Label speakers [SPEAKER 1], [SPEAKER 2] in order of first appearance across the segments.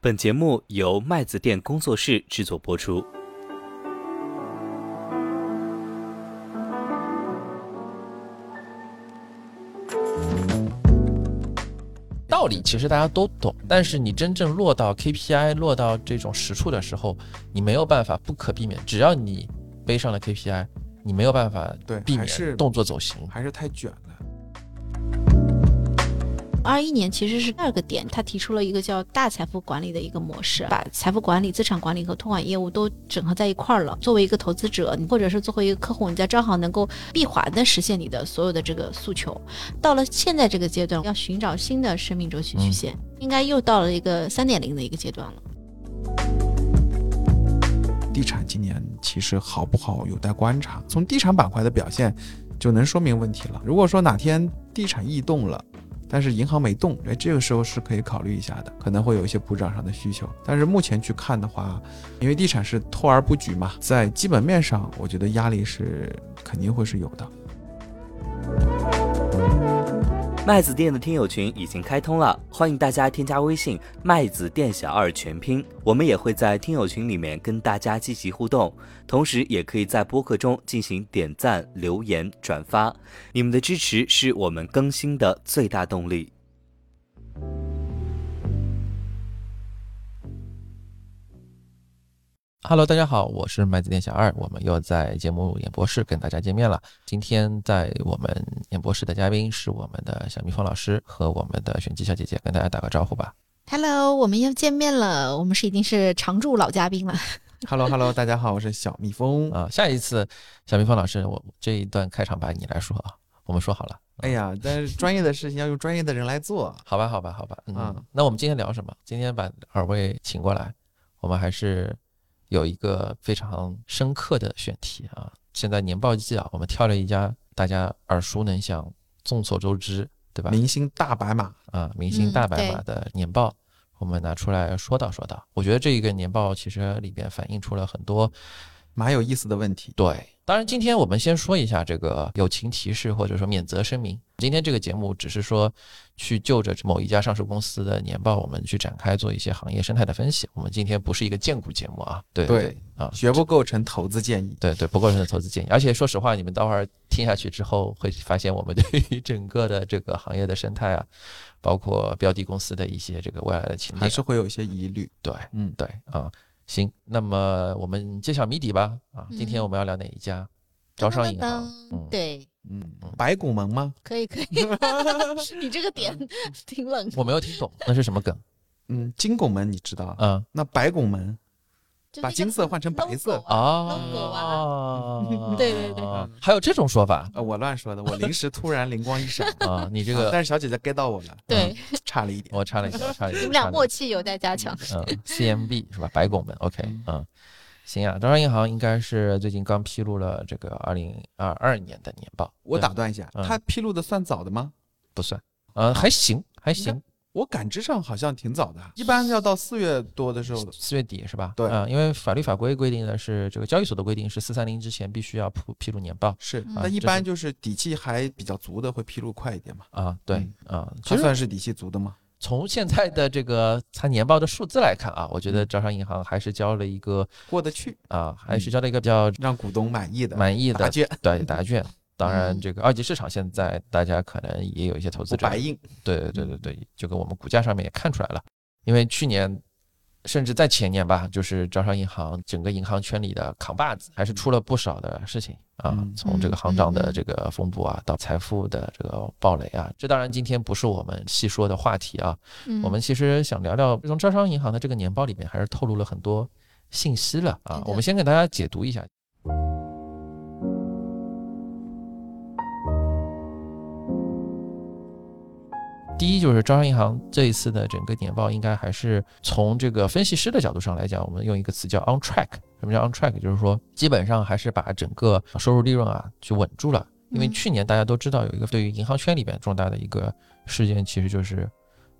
[SPEAKER 1] 本节目由麦子店工作室制作播出。
[SPEAKER 2] 道理其实大家都懂，但是你真正落到 KPI、落到这种实处的时候，你没有办法不可避免。只要你背上了 KPI，你没有办法
[SPEAKER 3] 对
[SPEAKER 2] 避
[SPEAKER 3] 还是
[SPEAKER 2] 免动作走形。
[SPEAKER 3] 还是太卷了。
[SPEAKER 4] 二一年其实是第二个点，他提出了一个叫大财富管理的一个模式，把财富管理、资产管理和托管业务都整合在一块儿了。作为一个投资者，你或者是作为一个客户，你在正好能够闭环的实现你的所有的这个诉求。到了现在这个阶段，要寻找新的生命周
[SPEAKER 3] 嗯
[SPEAKER 4] 期曲线，应该又到了一个三点零的一个阶段了。
[SPEAKER 3] 地产今年其实好不好有待观察，从地产板块的表现就能说明问题了。如果说哪天地产异动了，但是银行没动，哎，这个时候是可以考虑一下的，可能会有一些补涨上的需求。但是目前去看的话，因为地产是透而不举嘛，在基本面上，我觉得压力是肯定会是有的。
[SPEAKER 1] 麦子店的听友群已经开通了，欢迎大家添加微信“麦子店小二”全拼。我们也会在听友群里面跟大家积极互动，同时也可以在播客中进行点赞、留言、转发。你们的支持是我们更新的最大动力。
[SPEAKER 2] Hello，大家好，我是麦子店小二，我们又在节目演播室跟大家见面了。今天在我们演播室的嘉宾是我们的小蜜蜂老师和我们的玄机小姐姐，跟大家打个招呼吧。
[SPEAKER 4] Hello，我们又见面了，我们是已经是常驻老嘉宾了。
[SPEAKER 3] h e l l o h e l l o 大家好，我是小蜜蜂。
[SPEAKER 2] 啊，下一次小蜜蜂老师，我这一段开场白你来说啊，我们说好了。
[SPEAKER 3] 哎呀，但是专业的事情要用专业的人来做。
[SPEAKER 2] 好吧，好吧，好吧，嗯，
[SPEAKER 3] 嗯
[SPEAKER 2] 那我们今天聊什么？今天把二位请过来，我们还是有一个非常深刻的选题啊。现在年报季啊，我们挑了一家大家耳熟能详、众所周知，对吧？
[SPEAKER 3] 明星大白马，
[SPEAKER 2] 啊，明星大
[SPEAKER 4] 嗯
[SPEAKER 2] 白马的年报，我们拿出来说道说道。我觉得这一个年报其实里边反映出了很多
[SPEAKER 3] 蛮有意思的问题。
[SPEAKER 2] 对，当然今天我们先说一下这个友情提示或者说免责声明。今天这个节目只是说去就着某一家上市公司的年报，我们去展开做一些行业生态的分析。我们今天不是一个荐股节目啊，对
[SPEAKER 3] 对
[SPEAKER 2] 啊。
[SPEAKER 3] 绝不构成投资建议。
[SPEAKER 2] 对对，不构成的投资建议。而且说实话，你们待会儿听下去之后，会发现我们对于整个的这个行业的生态啊，包括标的公司的一些这个未来的情景啊，
[SPEAKER 3] 还是会有一些疑虑。
[SPEAKER 2] 对，
[SPEAKER 3] 嗯，
[SPEAKER 2] 对啊，行，那么我们揭晓谜底吧。啊，今天
[SPEAKER 4] 嗯
[SPEAKER 2] 我们要聊哪一家？招商银行。嗯，
[SPEAKER 4] 对，
[SPEAKER 3] 嗯，白骨萌 吗？
[SPEAKER 4] 可以 可以，你这个点挺冷
[SPEAKER 2] 我没有听懂，那是什么梗？
[SPEAKER 3] 嗯，金拱门你知道啊？
[SPEAKER 2] 嗯
[SPEAKER 3] 那白拱门
[SPEAKER 4] 就
[SPEAKER 3] 把
[SPEAKER 4] 那个
[SPEAKER 3] 金色换成白色
[SPEAKER 4] logo 啊，logo 啊
[SPEAKER 2] 哦，
[SPEAKER 4] 对对对
[SPEAKER 2] 啊，还有这种说法，
[SPEAKER 3] 呃，我乱说的，我临时突然灵光一 闪
[SPEAKER 2] 啊？你这
[SPEAKER 3] 这
[SPEAKER 2] 个
[SPEAKER 3] 但是小姐姐 get 到我了，啊
[SPEAKER 4] 对，
[SPEAKER 3] 差了一点。
[SPEAKER 2] 我插了一下，插了一下，
[SPEAKER 4] 你们俩
[SPEAKER 2] 插了一下
[SPEAKER 4] 默契有待加强。
[SPEAKER 2] 嗯，CMB 是吧？白拱门，OK，
[SPEAKER 3] 嗯
[SPEAKER 2] 嗯，行啊，招商银行应该是最近刚披露了这个二零二二年的年报，
[SPEAKER 3] 我
[SPEAKER 2] 对
[SPEAKER 3] 打断一下，
[SPEAKER 2] 嗯
[SPEAKER 3] 他披露的算早的吗？
[SPEAKER 2] 不算，呃，还行，还行，
[SPEAKER 3] 我感知上好像挺早的，一般要到四月多的时候，
[SPEAKER 2] 四月底是吧？
[SPEAKER 3] 对
[SPEAKER 2] 嗯，因为法律法规规定的是这个交易所的规定是四三零之前必须要披披露年报
[SPEAKER 3] 是，
[SPEAKER 4] 嗯
[SPEAKER 3] 那一般啊就是底气还比较足的会披露快一点嘛。
[SPEAKER 2] 啊，对
[SPEAKER 3] 嗯，
[SPEAKER 2] 啊，其
[SPEAKER 3] 他
[SPEAKER 2] 实
[SPEAKER 3] 算是底气足的吗？
[SPEAKER 2] 从现在的这个它年报的数字来看啊，我
[SPEAKER 3] 嗯
[SPEAKER 2] 觉得招商银行还是交了一个
[SPEAKER 3] 过得去，
[SPEAKER 2] 啊，还
[SPEAKER 3] 嗯
[SPEAKER 2] 是交了一个比较
[SPEAKER 3] 让股东满意的，
[SPEAKER 2] 满意
[SPEAKER 3] 答
[SPEAKER 2] 的
[SPEAKER 3] 卷
[SPEAKER 2] 对答卷。当然，
[SPEAKER 4] 嗯
[SPEAKER 2] 这个二级市场现在大家可能也有一些投
[SPEAKER 3] 不
[SPEAKER 2] 资者，
[SPEAKER 3] 白嗯印。
[SPEAKER 2] 对对对对对，就跟我们股价上面也看出来了，因为去年。甚至在前年吧，就是招商银行整个银行圈里的扛把子，还是出了不少的事情啊。
[SPEAKER 3] 嗯
[SPEAKER 2] 从这个
[SPEAKER 4] 嗯
[SPEAKER 2] 行长
[SPEAKER 4] 嗯
[SPEAKER 2] 的
[SPEAKER 4] 嗯
[SPEAKER 2] 这个风波啊，到财富的这个暴雷啊，这当然今天不是我们细说的话题啊。
[SPEAKER 4] 嗯
[SPEAKER 2] 我们其实想聊聊，从招商银行的这个年报里面，还是透露了很多信息了
[SPEAKER 4] 是
[SPEAKER 2] 啊。
[SPEAKER 4] 的
[SPEAKER 2] 我们先给大家解读一下。第一就是招商银行这一次的整个年报，应该还是从这个分析师的角度上来讲，我们用一个词叫 on track。什么叫 on track？就是说，基本上还是把整个收入利润啊去稳住了。因为
[SPEAKER 4] 嗯
[SPEAKER 2] 去年大家都知道有一个对于银行圈里边重大的一个事件，其实就是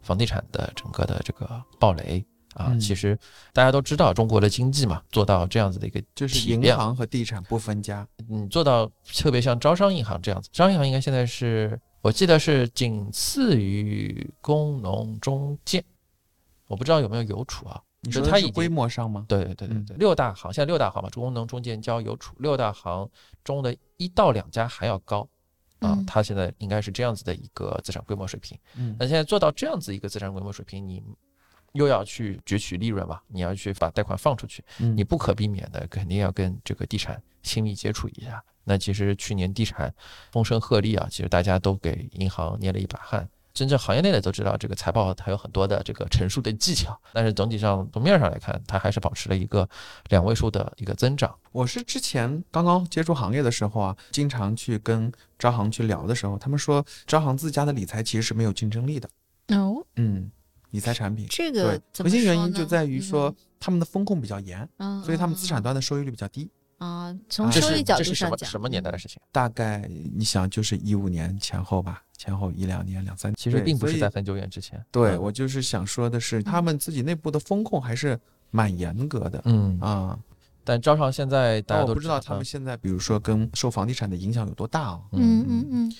[SPEAKER 2] 房地产的整个的这个暴雷啊。
[SPEAKER 3] 嗯
[SPEAKER 2] 其实大家都知道，中国的经济嘛，做到这样子的一个
[SPEAKER 3] 就是
[SPEAKER 2] 体
[SPEAKER 3] 银
[SPEAKER 2] 量
[SPEAKER 3] 行和地产不分家，
[SPEAKER 2] 你做到特别像招商银行这样子，招商银行应该现在是我记得是仅次于工农中建我不知道有没有邮储啊。
[SPEAKER 3] 你
[SPEAKER 2] 就
[SPEAKER 3] 说
[SPEAKER 2] 它
[SPEAKER 3] 它
[SPEAKER 2] 已
[SPEAKER 3] 是
[SPEAKER 2] 经
[SPEAKER 3] 规模上吗？
[SPEAKER 2] 对对对对
[SPEAKER 3] 嗯
[SPEAKER 2] 对，六大行现在六大行嘛，中农、中建交、邮储六大行中的一到两家还要高啊
[SPEAKER 4] 嗯，
[SPEAKER 2] 它现在应该是这样子的一个资产规模水平。
[SPEAKER 3] 嗯
[SPEAKER 2] 那现在做到这样子一个资产规模水平，你又要去攫取利润嘛，你要去把贷款放出去，
[SPEAKER 3] 嗯
[SPEAKER 2] 你不可避免的肯定要跟这个地产亲密接触一下。那其实去年地产风声鹤唳啊，其实大家都给银行捏了一把汗。真正行业内的都知道，这个财报它有很多的这个陈述的技巧，但是总体上从面上来看，它还是保持了一个两位数的一个增
[SPEAKER 4] 啊
[SPEAKER 2] 长。
[SPEAKER 3] 我是之前刚刚接触行业的时候啊，经常去跟招行去聊的时候，他们说招行自家的理财其实是没有竞争力的。
[SPEAKER 4] 哦，
[SPEAKER 3] 嗯，理财产品
[SPEAKER 4] 这
[SPEAKER 3] 对
[SPEAKER 4] 个，
[SPEAKER 3] 核
[SPEAKER 4] 怎么
[SPEAKER 3] 心原
[SPEAKER 4] 说
[SPEAKER 3] 因就
[SPEAKER 4] 呢
[SPEAKER 3] 在于说，他们的风控比较严，
[SPEAKER 4] 嗯，
[SPEAKER 3] 所以他们资产
[SPEAKER 4] 嗯
[SPEAKER 3] 端的收益率比较低。
[SPEAKER 4] 啊，从
[SPEAKER 3] 啊
[SPEAKER 2] 这
[SPEAKER 4] 收益
[SPEAKER 2] 是
[SPEAKER 4] 角
[SPEAKER 2] 这
[SPEAKER 4] 度
[SPEAKER 2] 是什
[SPEAKER 4] 上
[SPEAKER 2] 么
[SPEAKER 4] 讲，嗯
[SPEAKER 2] 什么年代的事情？
[SPEAKER 3] 大概你想就是一五年前后吧，前后一两年、两三年。
[SPEAKER 2] 其实
[SPEAKER 3] 对
[SPEAKER 2] 并不
[SPEAKER 3] 所
[SPEAKER 2] 是
[SPEAKER 3] 以
[SPEAKER 2] 在很久远之前。
[SPEAKER 3] 对
[SPEAKER 2] 嗯
[SPEAKER 3] 我就是想说的是，他们自己内部的风控还是蛮严格的
[SPEAKER 2] 嗯，
[SPEAKER 3] 啊。
[SPEAKER 2] 但招商现在大
[SPEAKER 4] 哦
[SPEAKER 3] 但
[SPEAKER 2] 家
[SPEAKER 3] 我
[SPEAKER 2] 都
[SPEAKER 3] 不知道他
[SPEAKER 2] 嗯
[SPEAKER 3] 们现在，比如说跟受房地产的影响有多大啊？
[SPEAKER 4] 嗯嗯嗯，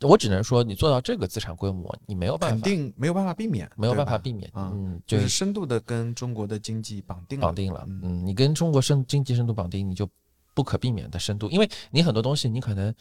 [SPEAKER 2] 我只能说，你做到这个资产规模，你没有办
[SPEAKER 3] 肯
[SPEAKER 2] 法，
[SPEAKER 3] 定没有办法避免，
[SPEAKER 2] 没有
[SPEAKER 3] 对
[SPEAKER 2] 办法
[SPEAKER 3] 吧
[SPEAKER 2] 避免，
[SPEAKER 3] 啊
[SPEAKER 2] 嗯，
[SPEAKER 3] 就
[SPEAKER 2] 就是
[SPEAKER 3] 深度的跟中国的经济绑定了
[SPEAKER 2] 绑定了，
[SPEAKER 3] 嗯
[SPEAKER 2] 嗯，你跟中国深经济深度绑定，你就不可避免的深度，因为你很多东西你可能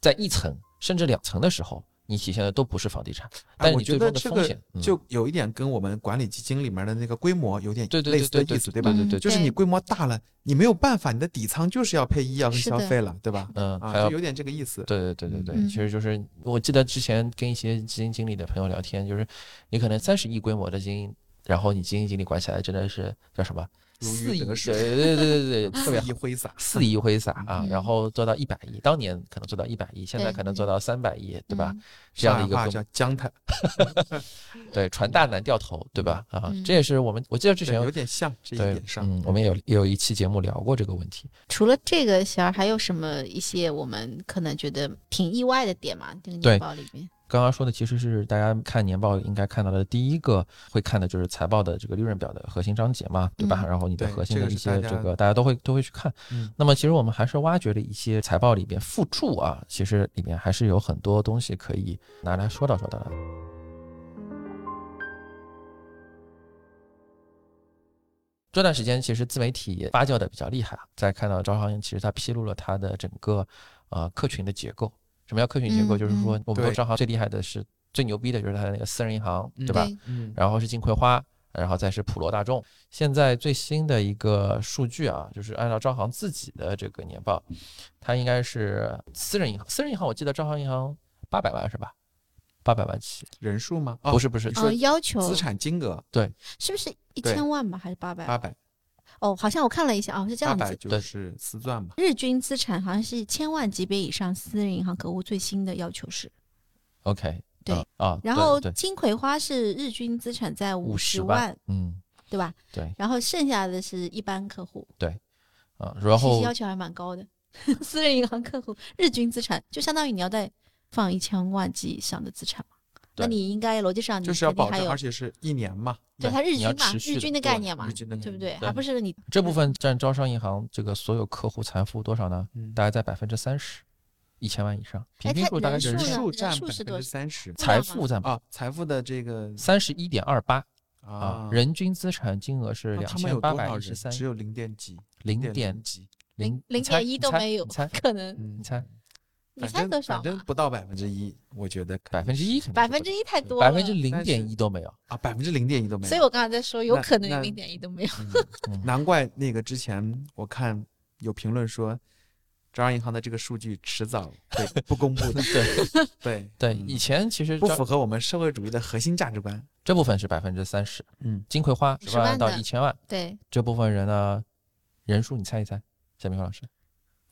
[SPEAKER 2] 在一层甚至两层的时候，你体现的都不是房地产，但是
[SPEAKER 3] 哎我
[SPEAKER 2] 你最
[SPEAKER 3] 觉得
[SPEAKER 2] 终的
[SPEAKER 3] 这
[SPEAKER 2] 风
[SPEAKER 3] 个
[SPEAKER 2] 险嗯
[SPEAKER 3] 就有一点跟我们管理基金里面的那个规模有点
[SPEAKER 2] 对对
[SPEAKER 3] 类
[SPEAKER 2] 对
[SPEAKER 3] 似
[SPEAKER 2] 对
[SPEAKER 3] 的
[SPEAKER 2] 对
[SPEAKER 3] 意思，对吧？
[SPEAKER 2] 对对
[SPEAKER 4] 嗯
[SPEAKER 3] 就是你规模大了，你没有办法，你的底仓就是要配医药跟
[SPEAKER 4] 是
[SPEAKER 3] 消
[SPEAKER 4] 的
[SPEAKER 3] 费了，对吧？
[SPEAKER 2] 嗯，还
[SPEAKER 3] 啊，
[SPEAKER 2] 要
[SPEAKER 3] 就有点这个意思。
[SPEAKER 2] 对对对对对，
[SPEAKER 4] 嗯
[SPEAKER 2] 其实就是我记得之前跟一些基金经理的朋友聊天，就是你可能三十亿规模的基金，然后你基金经理管起来真的是叫什么
[SPEAKER 3] 如鱼
[SPEAKER 2] 四亿，
[SPEAKER 3] 得
[SPEAKER 2] 对
[SPEAKER 3] 水
[SPEAKER 2] 对对对对，特别好
[SPEAKER 3] 肆意挥洒，
[SPEAKER 2] 肆意挥洒啊
[SPEAKER 4] 嗯，
[SPEAKER 2] 然后做到一百亿，当年可能做到一百亿，现在可能做到三百亿，对吧？
[SPEAKER 4] 嗯？
[SPEAKER 2] 这样的
[SPEAKER 3] 上
[SPEAKER 2] 一个
[SPEAKER 3] 海话
[SPEAKER 2] 规模
[SPEAKER 3] 叫姜太，
[SPEAKER 2] 对，船大难掉头，对吧？啊
[SPEAKER 4] 嗯，
[SPEAKER 2] 这也是我们我记得之
[SPEAKER 3] 对
[SPEAKER 2] 前
[SPEAKER 3] 有点像这一
[SPEAKER 2] 对
[SPEAKER 3] 点，上。
[SPEAKER 2] 嗯，我们有有一期节目聊过这个问题，
[SPEAKER 4] 除了这个，小孩还有什么一些我们可能觉得挺意外的点嘛？这个
[SPEAKER 2] 对
[SPEAKER 4] 年报里面，
[SPEAKER 2] 刚刚说的其实是大家看年报应该看到的第一个会看的就是财报的这个利润表的核心章节嘛，对吧？
[SPEAKER 4] 嗯
[SPEAKER 2] 然后你的
[SPEAKER 3] 对
[SPEAKER 2] 核心的
[SPEAKER 3] 这个
[SPEAKER 2] 一
[SPEAKER 3] 是
[SPEAKER 2] 些
[SPEAKER 3] 大
[SPEAKER 2] 这
[SPEAKER 3] 家
[SPEAKER 2] 个大家都会都会去看
[SPEAKER 3] 嗯。
[SPEAKER 2] 那么其实我们还是挖掘了一些财报里边附注啊，其实里面还是有很多东西可以拿来说道说道的。这段时间其实自媒体发酵的比较厉害啊，在看到招行，其实它披露了它的整个呃客群的结构。什么叫客群结构？
[SPEAKER 4] 嗯
[SPEAKER 2] 就是说
[SPEAKER 4] 嗯
[SPEAKER 2] 我们说
[SPEAKER 3] 对
[SPEAKER 2] 招行最厉害的是最牛逼的就是它的那个私人银行，
[SPEAKER 3] 嗯
[SPEAKER 2] 对吧？
[SPEAKER 4] 对
[SPEAKER 3] 嗯，
[SPEAKER 2] 然后是金葵花，然后再是普罗大众。现在最新的一个数据啊，就是按照招行自己的这个年报，它应该是私人银行，私人银行我记得招行银行八百万是吧？八百万起，
[SPEAKER 3] 人数吗？哦
[SPEAKER 2] 不是不是
[SPEAKER 3] 你，说
[SPEAKER 4] 嗯，要求
[SPEAKER 3] 资产金额
[SPEAKER 4] 是不是一
[SPEAKER 3] 对
[SPEAKER 4] 千万吧，还是八百
[SPEAKER 3] 八？百，
[SPEAKER 4] 哦，好像我看了一下啊，是这
[SPEAKER 3] 八
[SPEAKER 4] 样
[SPEAKER 3] 百
[SPEAKER 4] 子。
[SPEAKER 3] 就是私钻嘛。
[SPEAKER 4] 日均资产好像是千万级别以上，私人银行客户最新的要求是。
[SPEAKER 2] OK，
[SPEAKER 4] 对
[SPEAKER 2] 啊啊，
[SPEAKER 4] 然后
[SPEAKER 2] 对对，
[SPEAKER 4] 金葵花是日均资产在五十
[SPEAKER 2] 50
[SPEAKER 4] 万，
[SPEAKER 2] 嗯，
[SPEAKER 4] 对吧？
[SPEAKER 2] 对
[SPEAKER 4] 然后剩下的是一般客户，
[SPEAKER 2] 啊，然
[SPEAKER 4] 其
[SPEAKER 2] 后
[SPEAKER 4] 实要求还蛮高的。 私人银行客户日均资产就相当于你要再放一千万及以上的资产嘛？那
[SPEAKER 2] 对
[SPEAKER 4] 你应该逻辑上你
[SPEAKER 3] 就是要
[SPEAKER 4] 嗯肯定
[SPEAKER 3] 保
[SPEAKER 4] 还
[SPEAKER 3] 证，
[SPEAKER 4] 有
[SPEAKER 3] 而且是一年嘛，
[SPEAKER 4] 对
[SPEAKER 2] 对
[SPEAKER 4] 它日
[SPEAKER 2] 你要
[SPEAKER 4] 均嘛，
[SPEAKER 2] 持续
[SPEAKER 4] 日
[SPEAKER 2] 的
[SPEAKER 4] 均的概念嘛
[SPEAKER 3] 日，均的概
[SPEAKER 4] 对不
[SPEAKER 3] 念
[SPEAKER 4] 对？
[SPEAKER 2] 对
[SPEAKER 4] 还不是你
[SPEAKER 2] 这部分占招商银行这个所有客户财富多少呢？
[SPEAKER 3] 嗯
[SPEAKER 2] 大概在百分之三十，一千万以上，平
[SPEAKER 4] 哎
[SPEAKER 2] 均
[SPEAKER 4] 它
[SPEAKER 2] 数大概
[SPEAKER 4] 人
[SPEAKER 2] 是
[SPEAKER 3] 人
[SPEAKER 4] 数呢
[SPEAKER 3] 数
[SPEAKER 4] 人
[SPEAKER 3] 占
[SPEAKER 4] 数
[SPEAKER 3] 百
[SPEAKER 4] 是
[SPEAKER 3] 分
[SPEAKER 4] 多
[SPEAKER 3] 之
[SPEAKER 4] 少
[SPEAKER 3] 三十
[SPEAKER 4] 不
[SPEAKER 2] 财
[SPEAKER 4] 到吗
[SPEAKER 2] 富占
[SPEAKER 3] 啊，财富的这个
[SPEAKER 2] 三十一点二八啊
[SPEAKER 3] 啊，，
[SPEAKER 2] 人均资产金额是
[SPEAKER 3] 那
[SPEAKER 2] 两
[SPEAKER 3] 他们
[SPEAKER 2] 千
[SPEAKER 3] 有
[SPEAKER 2] 八
[SPEAKER 3] 多
[SPEAKER 2] 百
[SPEAKER 3] 少
[SPEAKER 2] 一十
[SPEAKER 3] 人
[SPEAKER 2] 三，
[SPEAKER 3] 只有零点几，
[SPEAKER 2] 零
[SPEAKER 3] 点
[SPEAKER 2] 点
[SPEAKER 3] 几，
[SPEAKER 2] 零
[SPEAKER 4] 零
[SPEAKER 2] 你猜
[SPEAKER 4] 零点一
[SPEAKER 2] 你
[SPEAKER 4] 都
[SPEAKER 2] 猜
[SPEAKER 4] 没有
[SPEAKER 2] 你猜
[SPEAKER 4] 可能
[SPEAKER 3] 嗯
[SPEAKER 2] 你，猜
[SPEAKER 4] 你
[SPEAKER 3] 反
[SPEAKER 4] 猜
[SPEAKER 3] 正
[SPEAKER 4] 多少啊
[SPEAKER 3] 反正
[SPEAKER 4] 嘛？
[SPEAKER 3] 不到百分之一，我觉得
[SPEAKER 2] 百分之一肯定是不到，
[SPEAKER 4] 百分之一太多了，
[SPEAKER 2] 百分之零点一都没有。
[SPEAKER 3] 啊，百分之零点一都没有。
[SPEAKER 4] 所以我刚才在说，有
[SPEAKER 3] 那
[SPEAKER 4] 可能
[SPEAKER 3] 那
[SPEAKER 4] 零点一都没有。
[SPEAKER 3] 嗯难怪那个之前我看有评论说，招商银行的这个数据迟早会不公布的。对对
[SPEAKER 2] 对，
[SPEAKER 3] 嗯
[SPEAKER 2] 以前其实
[SPEAKER 3] 不
[SPEAKER 2] 这
[SPEAKER 3] 符合我们社会主义的核心价值观。
[SPEAKER 2] 这部分是百分之三十，
[SPEAKER 3] 嗯，
[SPEAKER 2] 金葵花
[SPEAKER 4] 50
[SPEAKER 2] 十万到
[SPEAKER 4] 万的
[SPEAKER 2] 一千万
[SPEAKER 4] 对，
[SPEAKER 2] 这部分人呢，人数你猜一猜，小明老师，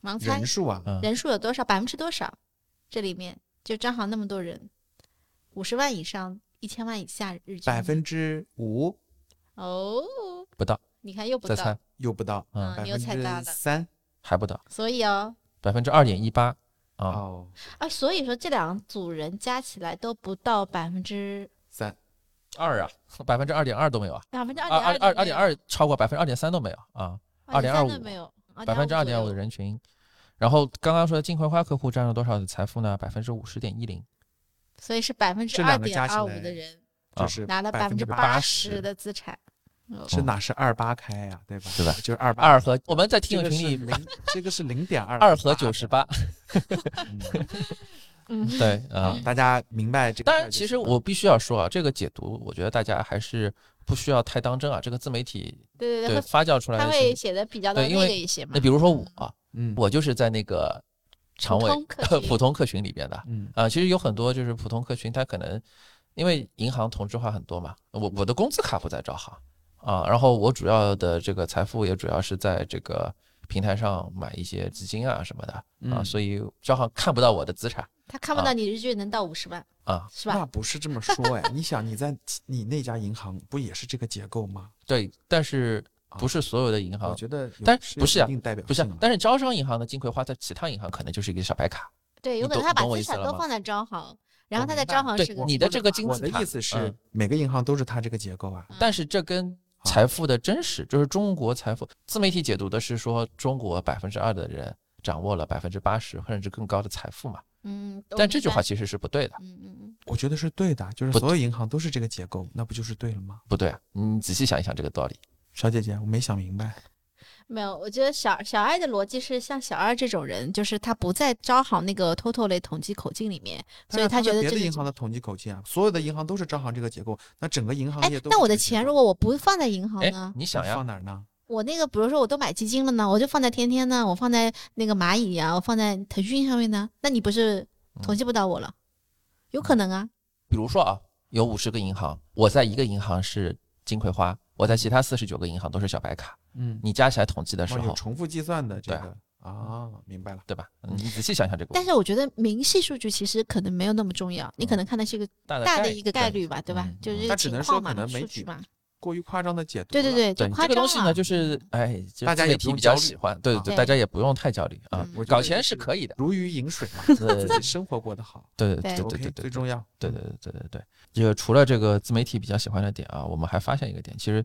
[SPEAKER 4] 盲猜
[SPEAKER 3] 人数啊，
[SPEAKER 2] 嗯，
[SPEAKER 4] 人数有多少，百分之多少？这里面就张行那么多人，五十万以上，一千万以下日均
[SPEAKER 3] 百分之五
[SPEAKER 4] 哦，
[SPEAKER 2] 不到，
[SPEAKER 4] 你看又不
[SPEAKER 2] 再
[SPEAKER 4] 到
[SPEAKER 2] 猜，，
[SPEAKER 3] 又不到，
[SPEAKER 2] 嗯
[SPEAKER 4] 嗯，
[SPEAKER 3] 百
[SPEAKER 4] 你又
[SPEAKER 3] 分
[SPEAKER 4] 猜到了
[SPEAKER 3] 之三
[SPEAKER 2] 还不到，
[SPEAKER 4] 所以哦，
[SPEAKER 2] 百分之二点一八啊，
[SPEAKER 3] 哦，
[SPEAKER 4] 啊，所以说这两组人加起来都不到百分之
[SPEAKER 3] 三
[SPEAKER 2] 二啊，百分之二点二都没有啊，
[SPEAKER 4] 百分之
[SPEAKER 2] 二
[SPEAKER 4] 二
[SPEAKER 2] 二
[SPEAKER 4] 点
[SPEAKER 2] 二点二超过百分之二点三都没有啊，2.25
[SPEAKER 4] 都没有，
[SPEAKER 2] 百分之二点五的人群。然后刚刚说的金葵花客户占了多少的财富呢？百分之五十点一零，
[SPEAKER 4] 所以是百分之
[SPEAKER 3] 这
[SPEAKER 4] 二
[SPEAKER 3] 两个
[SPEAKER 4] 点
[SPEAKER 3] 加起
[SPEAKER 4] 二
[SPEAKER 3] 来
[SPEAKER 4] 五的人
[SPEAKER 2] 啊
[SPEAKER 3] 就是
[SPEAKER 4] 拿了百分之八
[SPEAKER 3] 80%
[SPEAKER 4] 十的资产，哦
[SPEAKER 3] 这哪是二八开呀、对吧？
[SPEAKER 2] 对吧
[SPEAKER 3] 就是二八
[SPEAKER 2] 二和我们在听友
[SPEAKER 3] 这个
[SPEAKER 2] 群
[SPEAKER 3] 是
[SPEAKER 2] 里
[SPEAKER 3] 零，这个是零点二
[SPEAKER 2] 二和九十八，
[SPEAKER 4] 嗯，
[SPEAKER 2] 对啊。
[SPEAKER 3] 大家明白这个事儿就行。
[SPEAKER 2] 当然，其实我必须要说啊，这个解读，我觉得大家还是不需要太当真啊。这个自媒体
[SPEAKER 4] 对对
[SPEAKER 2] 对
[SPEAKER 4] 对，
[SPEAKER 2] 发酵出来
[SPEAKER 4] 他
[SPEAKER 2] 的
[SPEAKER 4] 会
[SPEAKER 2] 信息，
[SPEAKER 4] 写的比较的
[SPEAKER 2] 对因
[SPEAKER 4] 那
[SPEAKER 2] 为
[SPEAKER 4] 个一些嘛。
[SPEAKER 2] 那比如说我啊，
[SPEAKER 3] 嗯，
[SPEAKER 2] 我就是在那个常委
[SPEAKER 4] 普通客群
[SPEAKER 2] 普通客群里边的啊、
[SPEAKER 3] 嗯
[SPEAKER 2] 其实有很多就是普通客群，他可能因为银行同质化很多嘛，我我的工资卡不在招行啊，然后我主要的这个财富也主要是在这个平台上买一些基金啊什么的啊，
[SPEAKER 3] 嗯
[SPEAKER 2] 所以招行看不到我的资产
[SPEAKER 4] 他看不到你日均能到五十万，
[SPEAKER 2] 啊。
[SPEAKER 4] 是吧？
[SPEAKER 3] 那不是这么说哎，你想你在你那家银行不也是这个结构吗？
[SPEAKER 2] 对，但是
[SPEAKER 3] 啊
[SPEAKER 2] 不是所有的银行
[SPEAKER 3] 我觉得有，
[SPEAKER 2] 但
[SPEAKER 3] 有
[SPEAKER 2] 不是啊
[SPEAKER 3] 一定代表
[SPEAKER 2] 不是
[SPEAKER 3] 性，的
[SPEAKER 2] 但是招商银行的金葵花在其他银行可能就是一个小白卡。
[SPEAKER 4] 对，有
[SPEAKER 2] 你
[SPEAKER 4] 可能
[SPEAKER 2] 懂
[SPEAKER 4] 他把
[SPEAKER 2] 懂我
[SPEAKER 4] 资
[SPEAKER 2] 意思
[SPEAKER 4] 产
[SPEAKER 2] 了
[SPEAKER 4] 都
[SPEAKER 2] 吗
[SPEAKER 4] 放在招行，然后他在
[SPEAKER 3] 明白
[SPEAKER 4] 招行
[SPEAKER 2] 对
[SPEAKER 4] 啊是个
[SPEAKER 2] 你的
[SPEAKER 4] 普通
[SPEAKER 2] 这个
[SPEAKER 4] 话
[SPEAKER 2] 金
[SPEAKER 3] 我
[SPEAKER 2] 字
[SPEAKER 3] 的
[SPEAKER 2] 塔
[SPEAKER 3] 意思是
[SPEAKER 2] 嗯，
[SPEAKER 3] 每个银行都是它这个结构啊。
[SPEAKER 2] 但是这跟
[SPEAKER 3] 啊
[SPEAKER 2] 财富的真实，就是中国财富自媒体解读的是说，中国百分之二的人掌握了百分之八十甚至更高的财富嘛？
[SPEAKER 4] 嗯，我
[SPEAKER 2] 但这句话
[SPEAKER 4] 明
[SPEAKER 2] 其实是不对的
[SPEAKER 4] 白，，嗯嗯嗯，
[SPEAKER 3] 我觉得是对的，就是
[SPEAKER 2] 不
[SPEAKER 3] 所有银行都是这个结构，那不就是对了吗？
[SPEAKER 2] 不对啊！你仔细想一想这个道理。
[SPEAKER 3] 小姐姐，我没想明白。
[SPEAKER 4] 没有，我觉得小小爱的逻辑是像小二这种人，就是他不在招行那个 total 类统计口径里面，所
[SPEAKER 3] 但
[SPEAKER 4] 以
[SPEAKER 3] 是它
[SPEAKER 4] 觉
[SPEAKER 3] 在
[SPEAKER 4] 得
[SPEAKER 3] 别
[SPEAKER 4] 这
[SPEAKER 3] 的
[SPEAKER 4] 个
[SPEAKER 3] 银行的统计口径啊，所有的银行都是招行这个结构，那整个银行
[SPEAKER 4] 哎
[SPEAKER 3] 业，都是
[SPEAKER 4] 那我
[SPEAKER 3] 这
[SPEAKER 4] 的
[SPEAKER 3] 个结
[SPEAKER 4] 钱
[SPEAKER 3] 构
[SPEAKER 4] 如果我不放在银行
[SPEAKER 2] 哎
[SPEAKER 4] 呢，？
[SPEAKER 2] 你
[SPEAKER 3] 你
[SPEAKER 2] 想呀
[SPEAKER 3] 放，哪儿呢？
[SPEAKER 4] 我那个比如说我都买基金了呢，我就放在天天呢，我放在那个蚂蚁呀、我放在腾讯上面呢，那你不是统计
[SPEAKER 2] 嗯
[SPEAKER 4] 不到我了？有可能啊，
[SPEAKER 2] 比如说啊，有五十个银行，我在一个银行是金葵花，我在其他四十九个银行都是小白卡，
[SPEAKER 3] 嗯，
[SPEAKER 2] 你加起来统计的时
[SPEAKER 3] 哦，有
[SPEAKER 2] 候，
[SPEAKER 3] 重复计算的这
[SPEAKER 2] 对啊
[SPEAKER 3] 个啊，明白了。
[SPEAKER 2] 对吧？你仔细想想这个问
[SPEAKER 4] 嗯但
[SPEAKER 2] 题，
[SPEAKER 4] 是我觉得明细数据其实可能没有那么重要，
[SPEAKER 2] 嗯
[SPEAKER 4] 你可能看的是一个
[SPEAKER 2] 大
[SPEAKER 4] 大的
[SPEAKER 2] 呃概
[SPEAKER 4] 一个概率吧，对吧
[SPEAKER 2] 嗯？
[SPEAKER 4] 就是
[SPEAKER 2] 嗯
[SPEAKER 4] 这
[SPEAKER 3] 那
[SPEAKER 4] 个
[SPEAKER 3] 只
[SPEAKER 4] 情
[SPEAKER 3] 能说
[SPEAKER 4] 况
[SPEAKER 3] 可
[SPEAKER 4] 嘛，
[SPEAKER 3] 能媒
[SPEAKER 4] 数
[SPEAKER 3] 体
[SPEAKER 4] 据嘛，
[SPEAKER 3] 过于夸张的解读，
[SPEAKER 4] 对对，对，就
[SPEAKER 2] 对
[SPEAKER 4] 夸
[SPEAKER 2] 这个
[SPEAKER 4] 张啊嗯
[SPEAKER 2] 东西呢，
[SPEAKER 4] 了。
[SPEAKER 2] 就是哎，就
[SPEAKER 3] 大家
[SPEAKER 2] 自媒
[SPEAKER 3] 也不
[SPEAKER 2] 体
[SPEAKER 3] 用
[SPEAKER 2] 比较
[SPEAKER 3] 焦虑啊
[SPEAKER 2] 喜欢，对对对，
[SPEAKER 4] 对
[SPEAKER 2] 大家也不用太焦虑啊
[SPEAKER 4] 嗯，
[SPEAKER 3] 我觉
[SPEAKER 2] 搞
[SPEAKER 3] 得
[SPEAKER 2] 钱
[SPEAKER 3] 就是
[SPEAKER 2] 可以 的，
[SPEAKER 3] 如鱼饮水嘛，
[SPEAKER 2] 对
[SPEAKER 3] 自己生活过得好
[SPEAKER 2] 对对
[SPEAKER 4] 对
[SPEAKER 2] 对对
[SPEAKER 3] ，OK，
[SPEAKER 2] 对
[SPEAKER 3] 最
[SPEAKER 2] 对。
[SPEAKER 3] 重要。
[SPEAKER 2] 对对对对对对，这个除了这个自媒体比较喜欢的点啊，我们还发现一个点，其实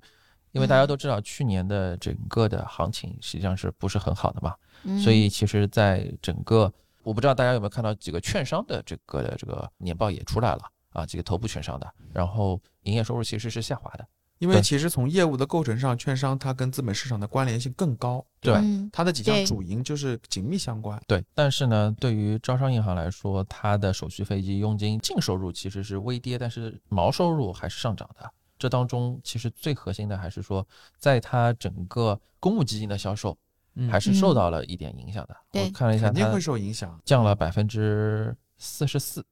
[SPEAKER 2] 因为
[SPEAKER 4] 嗯
[SPEAKER 2] 大家都知道去年的整个的行情实际上是不是很好的嘛，
[SPEAKER 4] 嗯
[SPEAKER 2] 所以其实在整个我不知道大家有没有看到几个券商的这个这个年报也出来了啊，几个头部券商的，然后营业收入其实是下滑的，
[SPEAKER 3] 因
[SPEAKER 2] 对
[SPEAKER 3] 为其实从业务的构成上，券商它跟资本市场的关联性更高，
[SPEAKER 2] 对吧
[SPEAKER 4] 嗯
[SPEAKER 3] 它的几项
[SPEAKER 4] 对
[SPEAKER 3] 主营就是紧密相关。
[SPEAKER 2] 对，但是呢，对于招商银行来说，它的手续费及佣金净收入其实是微跌，但是毛收入还是上涨的。这当中其实最核心的还是说，在它整个公募基金的销售
[SPEAKER 3] 嗯
[SPEAKER 2] 还是受
[SPEAKER 4] 嗯
[SPEAKER 2] 到了一点影响的。
[SPEAKER 4] 对
[SPEAKER 2] 我看了一下，
[SPEAKER 3] 肯定
[SPEAKER 2] 它
[SPEAKER 3] 会受影响。
[SPEAKER 2] 降了百分之四十四，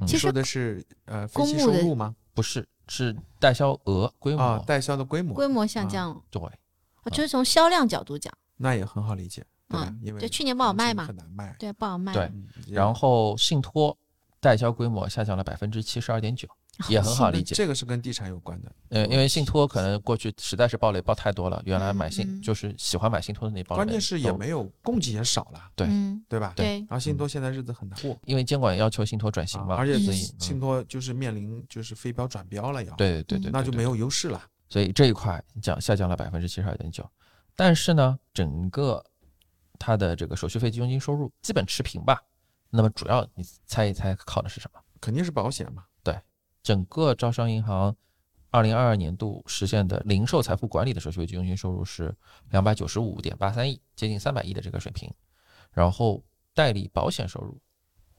[SPEAKER 4] 其
[SPEAKER 3] 你
[SPEAKER 4] 实
[SPEAKER 3] 说的是呃分
[SPEAKER 4] 公
[SPEAKER 3] 析
[SPEAKER 4] 募
[SPEAKER 3] 收
[SPEAKER 4] 的
[SPEAKER 3] 入吗？
[SPEAKER 2] 不是，是代销额规模。
[SPEAKER 3] 啊，代销的规模，
[SPEAKER 4] 规模
[SPEAKER 2] 啊
[SPEAKER 4] 下降了，
[SPEAKER 2] 对，
[SPEAKER 4] 啊就是从销量角度讲，
[SPEAKER 3] 那也很好理解，对吧
[SPEAKER 4] 嗯？
[SPEAKER 3] 因为
[SPEAKER 4] 就去年不好卖嘛
[SPEAKER 3] 很，难卖。
[SPEAKER 4] 对，不好卖。
[SPEAKER 2] 对
[SPEAKER 3] 嗯，
[SPEAKER 2] 然后信托代销规模下降了百分之七十二点九，也很好理解。
[SPEAKER 3] 这个是跟地产有关的。
[SPEAKER 2] 呃，因为信托可能过去实在是暴雷暴太多了，原来买
[SPEAKER 4] 嗯
[SPEAKER 2] 信
[SPEAKER 4] 嗯
[SPEAKER 2] 就是喜欢买信托的那帮人
[SPEAKER 3] 关
[SPEAKER 2] 都，
[SPEAKER 3] 键是也没有供给也少了，
[SPEAKER 2] 对
[SPEAKER 4] 嗯，
[SPEAKER 3] 对吧？
[SPEAKER 4] 对
[SPEAKER 3] 然后信托现在日子很难过，
[SPEAKER 2] 因为监管要求信托转型
[SPEAKER 3] 啊
[SPEAKER 2] 嘛，
[SPEAKER 3] 而且
[SPEAKER 2] 嗯所以
[SPEAKER 4] 嗯
[SPEAKER 3] 信托就是面临就是非标转标了要，
[SPEAKER 2] 嗯，对对对，
[SPEAKER 3] 那就没
[SPEAKER 2] 有，
[SPEAKER 3] 有优势了。
[SPEAKER 2] 所以这一块降下降了百分之七十二点九，但是呢，整个它的这个手续费及佣金收入基本持平吧。那么主要你猜一猜靠的是什么？
[SPEAKER 3] 肯定是保险嘛，
[SPEAKER 2] 整个招商银行二零二二年度实现的零售财富管理的手续费及佣金收入是两百九十五点八三亿，接近三百亿的这个水平。然后代理保险收入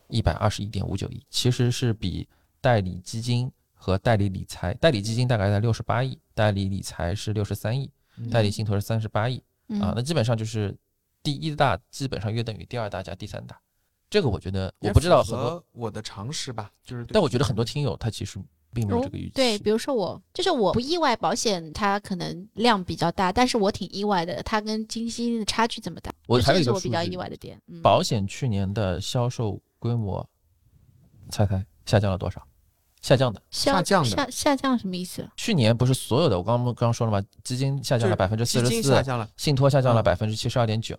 [SPEAKER 2] 一百二十一点五九亿，其实是比代理基金和代理理财，代理基金大概在六十八亿，代理理财是六十三亿，代理信托是三十八亿
[SPEAKER 4] 嗯
[SPEAKER 2] 啊，那基本上就是第一大基本上约等于第二大加第三大。这个我觉得我
[SPEAKER 3] 也
[SPEAKER 2] 不知道
[SPEAKER 3] 符
[SPEAKER 2] 很多，
[SPEAKER 3] 合我的常识吧，就是对
[SPEAKER 2] 但我觉得很多听友他其实并没有这个预期。
[SPEAKER 4] 对，比如说我，就是我不意外保险它可能量比较大，但是我挺意外的，它跟基金的差距这么大，
[SPEAKER 2] 我
[SPEAKER 4] 就
[SPEAKER 2] 还有
[SPEAKER 4] 这
[SPEAKER 2] 一
[SPEAKER 4] 是
[SPEAKER 2] 个
[SPEAKER 4] 我比
[SPEAKER 2] 数
[SPEAKER 4] 较
[SPEAKER 2] 据
[SPEAKER 4] 意外的点。嗯，
[SPEAKER 2] 保险去年的销售规模，猜猜下降了多少？下降的，
[SPEAKER 4] 下
[SPEAKER 3] 下降的
[SPEAKER 4] 下下降什么意思？
[SPEAKER 2] 去年不是所有的，我刚刚刚说了吗？基金下降了百分之四
[SPEAKER 3] 基
[SPEAKER 2] 十
[SPEAKER 3] 金下
[SPEAKER 2] 四，
[SPEAKER 3] 降了，
[SPEAKER 2] 信托下降了
[SPEAKER 3] 嗯
[SPEAKER 2] 百分之七十二点九，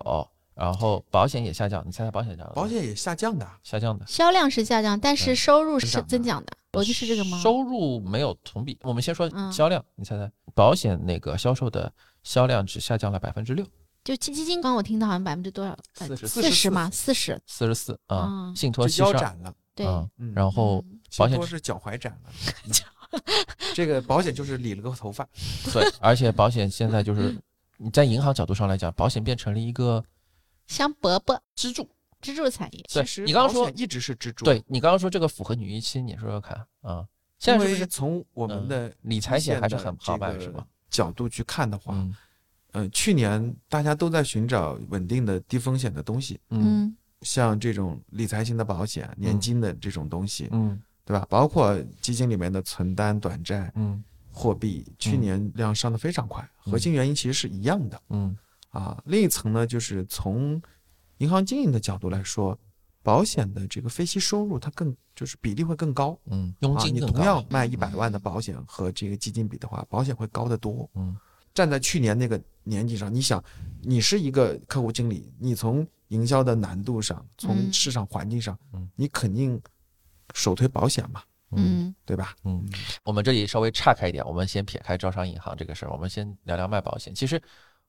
[SPEAKER 2] 然后保险也下降，你猜猜保险下降了多少？
[SPEAKER 3] 保险也下降的啊，
[SPEAKER 2] 下降的，
[SPEAKER 4] 销量是下降，但
[SPEAKER 2] 嗯
[SPEAKER 4] 是收入
[SPEAKER 3] 增
[SPEAKER 4] 是
[SPEAKER 3] 长的
[SPEAKER 4] 增长的，逻辑是这个吗？
[SPEAKER 2] 收入没有同比，我们先说
[SPEAKER 4] 嗯
[SPEAKER 2] 销量，你猜猜保险那个销售的销量只下降了百分之六，
[SPEAKER 4] 就基基金，刚刚我听到好像百分之多少？呃
[SPEAKER 2] 44
[SPEAKER 4] 四十嘛，四十。
[SPEAKER 2] 四十四啊，
[SPEAKER 4] 嗯
[SPEAKER 2] 信
[SPEAKER 3] 就
[SPEAKER 2] 托七
[SPEAKER 3] 腰
[SPEAKER 2] 十二，
[SPEAKER 3] 斩了。
[SPEAKER 4] 对，
[SPEAKER 2] 嗯
[SPEAKER 3] 嗯，
[SPEAKER 2] 然后
[SPEAKER 4] 嗯
[SPEAKER 2] 保
[SPEAKER 3] 信
[SPEAKER 2] 险
[SPEAKER 3] 托是脚踝斩了，嗯这个保险就是理了个头发，
[SPEAKER 2] 对，而且保险现在就是你在银行角度上来讲，保险变成了一个
[SPEAKER 4] 香饽饽、
[SPEAKER 2] 支柱。
[SPEAKER 4] 支柱产业，
[SPEAKER 2] 对
[SPEAKER 3] 其实
[SPEAKER 2] 你刚刚
[SPEAKER 3] 保
[SPEAKER 2] 说
[SPEAKER 3] 险，一直是支柱，
[SPEAKER 2] 对你刚刚说这个符合你预期，你说说看啊？现
[SPEAKER 3] 因
[SPEAKER 2] 在是不是
[SPEAKER 3] 为嗯从我们的
[SPEAKER 2] 理财险还是很好
[SPEAKER 3] 吧
[SPEAKER 2] 买，是吧？？
[SPEAKER 3] 角度去看的话，
[SPEAKER 2] 嗯
[SPEAKER 3] 嗯、去年大家都在寻找稳定的低风险的东西，
[SPEAKER 2] 嗯
[SPEAKER 4] 嗯，
[SPEAKER 3] 像这种理财型的保险、年金的这种东西，
[SPEAKER 2] 嗯
[SPEAKER 3] 对吧？包括基金里面的存单、短债、
[SPEAKER 2] 嗯
[SPEAKER 3] 货币，去年量上的非常快，
[SPEAKER 2] 嗯
[SPEAKER 3] 核心原因其实是一样的
[SPEAKER 2] 嗯
[SPEAKER 3] 啊。另一层呢，就是从银行经营的角度来说，保险的这个非息收入它更就是比例会更高。
[SPEAKER 2] 嗯，佣
[SPEAKER 3] 啊，
[SPEAKER 2] 金
[SPEAKER 3] 你
[SPEAKER 2] 更
[SPEAKER 3] 同
[SPEAKER 2] 高嗯
[SPEAKER 3] 样。卖一百万的保险和这个基金比的话，保险会高得多。
[SPEAKER 2] 嗯，
[SPEAKER 3] 站在去年那个年纪上，你想，你是一个客户经理，你从营销的难度上，从
[SPEAKER 4] 嗯
[SPEAKER 3] 市场环境上，
[SPEAKER 2] 嗯
[SPEAKER 3] 你肯定首推保险嘛，
[SPEAKER 2] 嗯，
[SPEAKER 4] 嗯，
[SPEAKER 3] 对吧？
[SPEAKER 2] 嗯，我们这里稍微岔开一点，我们先撇开招商银行这个事儿，我们先聊聊卖保险。其实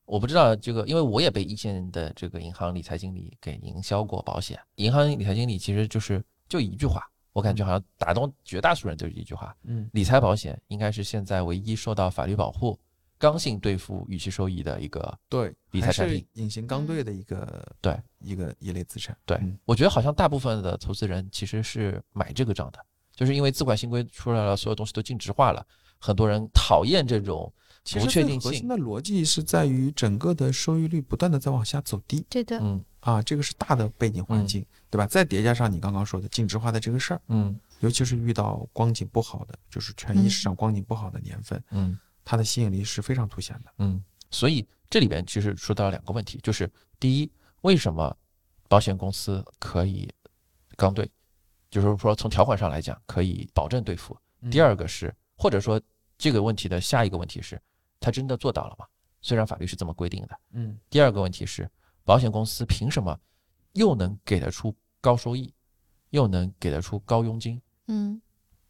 [SPEAKER 2] 我不知道这个，因为我也被一线的这个银行理财经理给营销过保险。银行理财经理其实就是就一句话，我感觉好像打动绝大多数人就是一句话：
[SPEAKER 3] 嗯，
[SPEAKER 2] 理财保险应该是现在唯一受到法律保护、刚性兑付预期收益的一个。
[SPEAKER 3] 对，
[SPEAKER 2] 理财
[SPEAKER 3] 还
[SPEAKER 2] 产
[SPEAKER 3] 是
[SPEAKER 2] 品
[SPEAKER 3] 隐形刚兑的一个
[SPEAKER 2] 嗯对
[SPEAKER 3] 一个一类资产。
[SPEAKER 2] 对
[SPEAKER 3] 嗯
[SPEAKER 2] 我觉得好像大部分的投资人其实是买这个账的，就是因为资管新规出来了，所有东西都净值化了，很多人讨厌这种。
[SPEAKER 3] 其
[SPEAKER 2] 不
[SPEAKER 3] 实
[SPEAKER 2] 确
[SPEAKER 3] 最
[SPEAKER 2] 定
[SPEAKER 3] 核
[SPEAKER 2] 性
[SPEAKER 3] 心的逻辑是在于整个的收益率不断的在往下走低
[SPEAKER 4] 对的，
[SPEAKER 2] 嗯
[SPEAKER 3] 啊，这个是大的背景环境，对吧？再叠加上你刚刚说的净值化的这个事儿，
[SPEAKER 2] 嗯
[SPEAKER 3] 尤其是遇到光景不好的，就是权益市场光景不好的年份，
[SPEAKER 2] 嗯，
[SPEAKER 3] 它的吸引力是非常凸显的。
[SPEAKER 2] 嗯，所以这里边其实说到两个问题，就是第一，为什么保险公司可以刚兑，就是说从条款上来讲可以保证兑付。
[SPEAKER 3] 嗯
[SPEAKER 2] 第二个是，或者说这个问题的下一个问题是，他真的做到了吗？虽然法律是这么规定的。
[SPEAKER 3] 嗯，
[SPEAKER 2] 第二个问题是，保险公司凭什么又能给得出高收益，又能给得出高佣金，
[SPEAKER 4] 嗯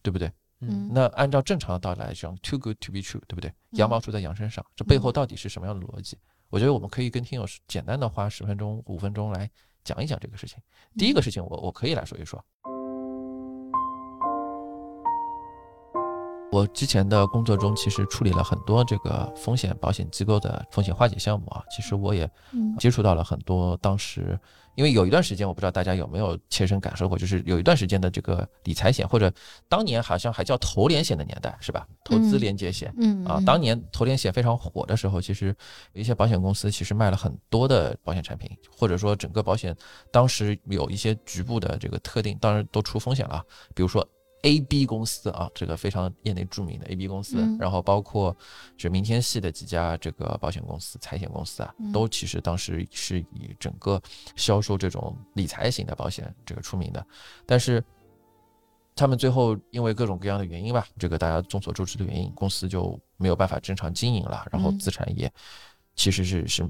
[SPEAKER 2] 对不对？
[SPEAKER 3] 嗯
[SPEAKER 4] 嗯，
[SPEAKER 2] 那按照正常的道理来讲，too good to be true，对不对？
[SPEAKER 4] 嗯
[SPEAKER 2] 羊毛出在羊身上，这背后到底是什么样的逻辑？我觉得我们可以跟听友简单的花十分钟、五分钟来讲一讲这个事情。
[SPEAKER 4] 嗯
[SPEAKER 2] 第一个事情我，我可以来说一说。我之前的工作中，其实处理了很多这个风险保险机构的风险化解项目啊。其实我也
[SPEAKER 4] 嗯
[SPEAKER 2] 接触到了很多当时，因为有一段时间，我不知道大家有没有切身感受过，就是有一段时间的这个理财险，或者当年好像还叫投联险的年代，是吧？投资
[SPEAKER 4] 嗯
[SPEAKER 2] 联结险。
[SPEAKER 4] 嗯
[SPEAKER 2] 啊，当年投联险非常火的时候，其实有一些保险公司其实卖了很多的保险产品，或者说整个保险当时有一些局部的这个特定，当然都出风险了啊，比如说 A、B 公司啊，这个非常业内著名的 A、B 公司，
[SPEAKER 4] 嗯
[SPEAKER 2] 然后包括是明天系的几家这个保险公司、财险公司啊，
[SPEAKER 4] 嗯
[SPEAKER 2] 都其实当时是以整个销售这种理财型的保险这个出名的，但是他们最后因为各种各样的原因吧，这个大家众所周知的原因，公司就没有办法正常经营了，然后
[SPEAKER 4] 嗯
[SPEAKER 2] 资产也其实是是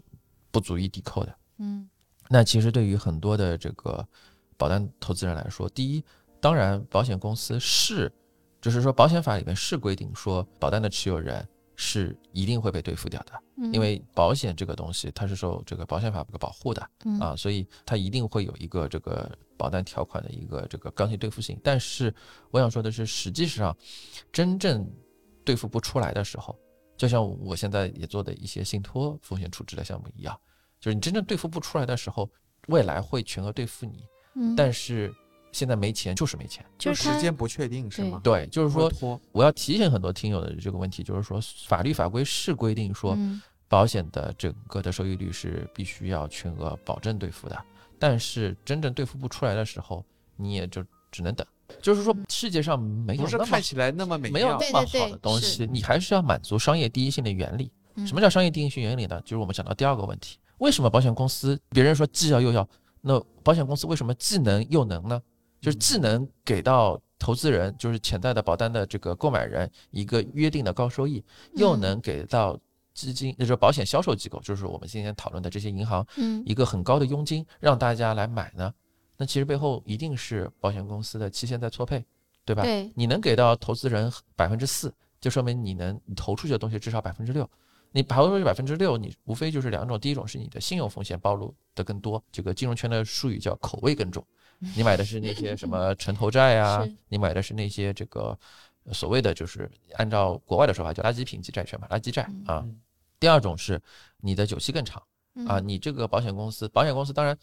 [SPEAKER 2] 不足以抵扣的。
[SPEAKER 4] 嗯
[SPEAKER 2] 那其实对于很多的这个保单投资人来说，第一，当然保险公司是，就是说保险法里面是规定说保单的持有人是一定会被兑付掉的，
[SPEAKER 4] 嗯，
[SPEAKER 2] 因为保险这个东西它是受这个保险法这个保护的。
[SPEAKER 4] 嗯
[SPEAKER 2] 啊，所以它一定会有一个这个保单条款的一个这个刚性兑付性。但是我想说的是，实际上真正兑付不出来的时候，就像我现在也做的一些信托风险处置的项目一样，就是你真正兑付不出来的时候，未来会全额兑付你，
[SPEAKER 4] 嗯
[SPEAKER 2] 但是现在没钱就是没钱。
[SPEAKER 4] 就是
[SPEAKER 3] 时
[SPEAKER 4] 它
[SPEAKER 3] 间不确定是吗？
[SPEAKER 2] 对，就是
[SPEAKER 3] 会
[SPEAKER 2] 说
[SPEAKER 3] 拖，
[SPEAKER 2] 我要提醒很多听友的这个问题，就是说法律法规是规定说，
[SPEAKER 4] 嗯
[SPEAKER 2] 保险的整个的收益率是必须要全额保证兑付的，但是真正兑付不出来的时候，你也就只能等。就是说，世界上没有
[SPEAKER 3] 不是
[SPEAKER 2] 那么
[SPEAKER 3] 看起来那么美
[SPEAKER 2] 没有
[SPEAKER 3] 妙
[SPEAKER 2] 那么
[SPEAKER 4] 嗯对对
[SPEAKER 2] 好的
[SPEAKER 4] 对
[SPEAKER 2] 东
[SPEAKER 4] 是
[SPEAKER 2] 西，你还是要满足商业第一性的原理。
[SPEAKER 4] 嗯
[SPEAKER 2] 什么叫商业第一性原理呢？就是我们讲到第二个问题，为什么保险公司别人说既要又要，那保险公司为什么既能又能呢？就是
[SPEAKER 3] 嗯
[SPEAKER 2] 既能给到投资人，就是潜在的保单的这个购买人一个约定的高收益，又
[SPEAKER 4] 嗯
[SPEAKER 2] 能给到基金，也就是保险销售机构，就是我们今天讨论的这些银行
[SPEAKER 4] 嗯
[SPEAKER 2] 一个很高的佣金，让大家来买呢？那其实背后一定是保险公司的期限在错配，对吧？
[SPEAKER 4] 对
[SPEAKER 2] 你能给到投资人百分之四，就说明你能你投出去的东西至少百分之六。你投出去百分之六，你无非就是两种，第一种是你的信用风险暴露的更多，这个金融圈的术语叫口味更重。你买的是那些什么城投债啊
[SPEAKER 4] 是，
[SPEAKER 2] 你买的是那些这个呃所谓的就是按照国外的说法叫垃圾评级债券吧，垃圾债
[SPEAKER 4] 嗯
[SPEAKER 2] 啊
[SPEAKER 3] 嗯。
[SPEAKER 2] 第二种是你的久期更长
[SPEAKER 4] 嗯
[SPEAKER 2] 啊，你这个保险公司，保险公司当然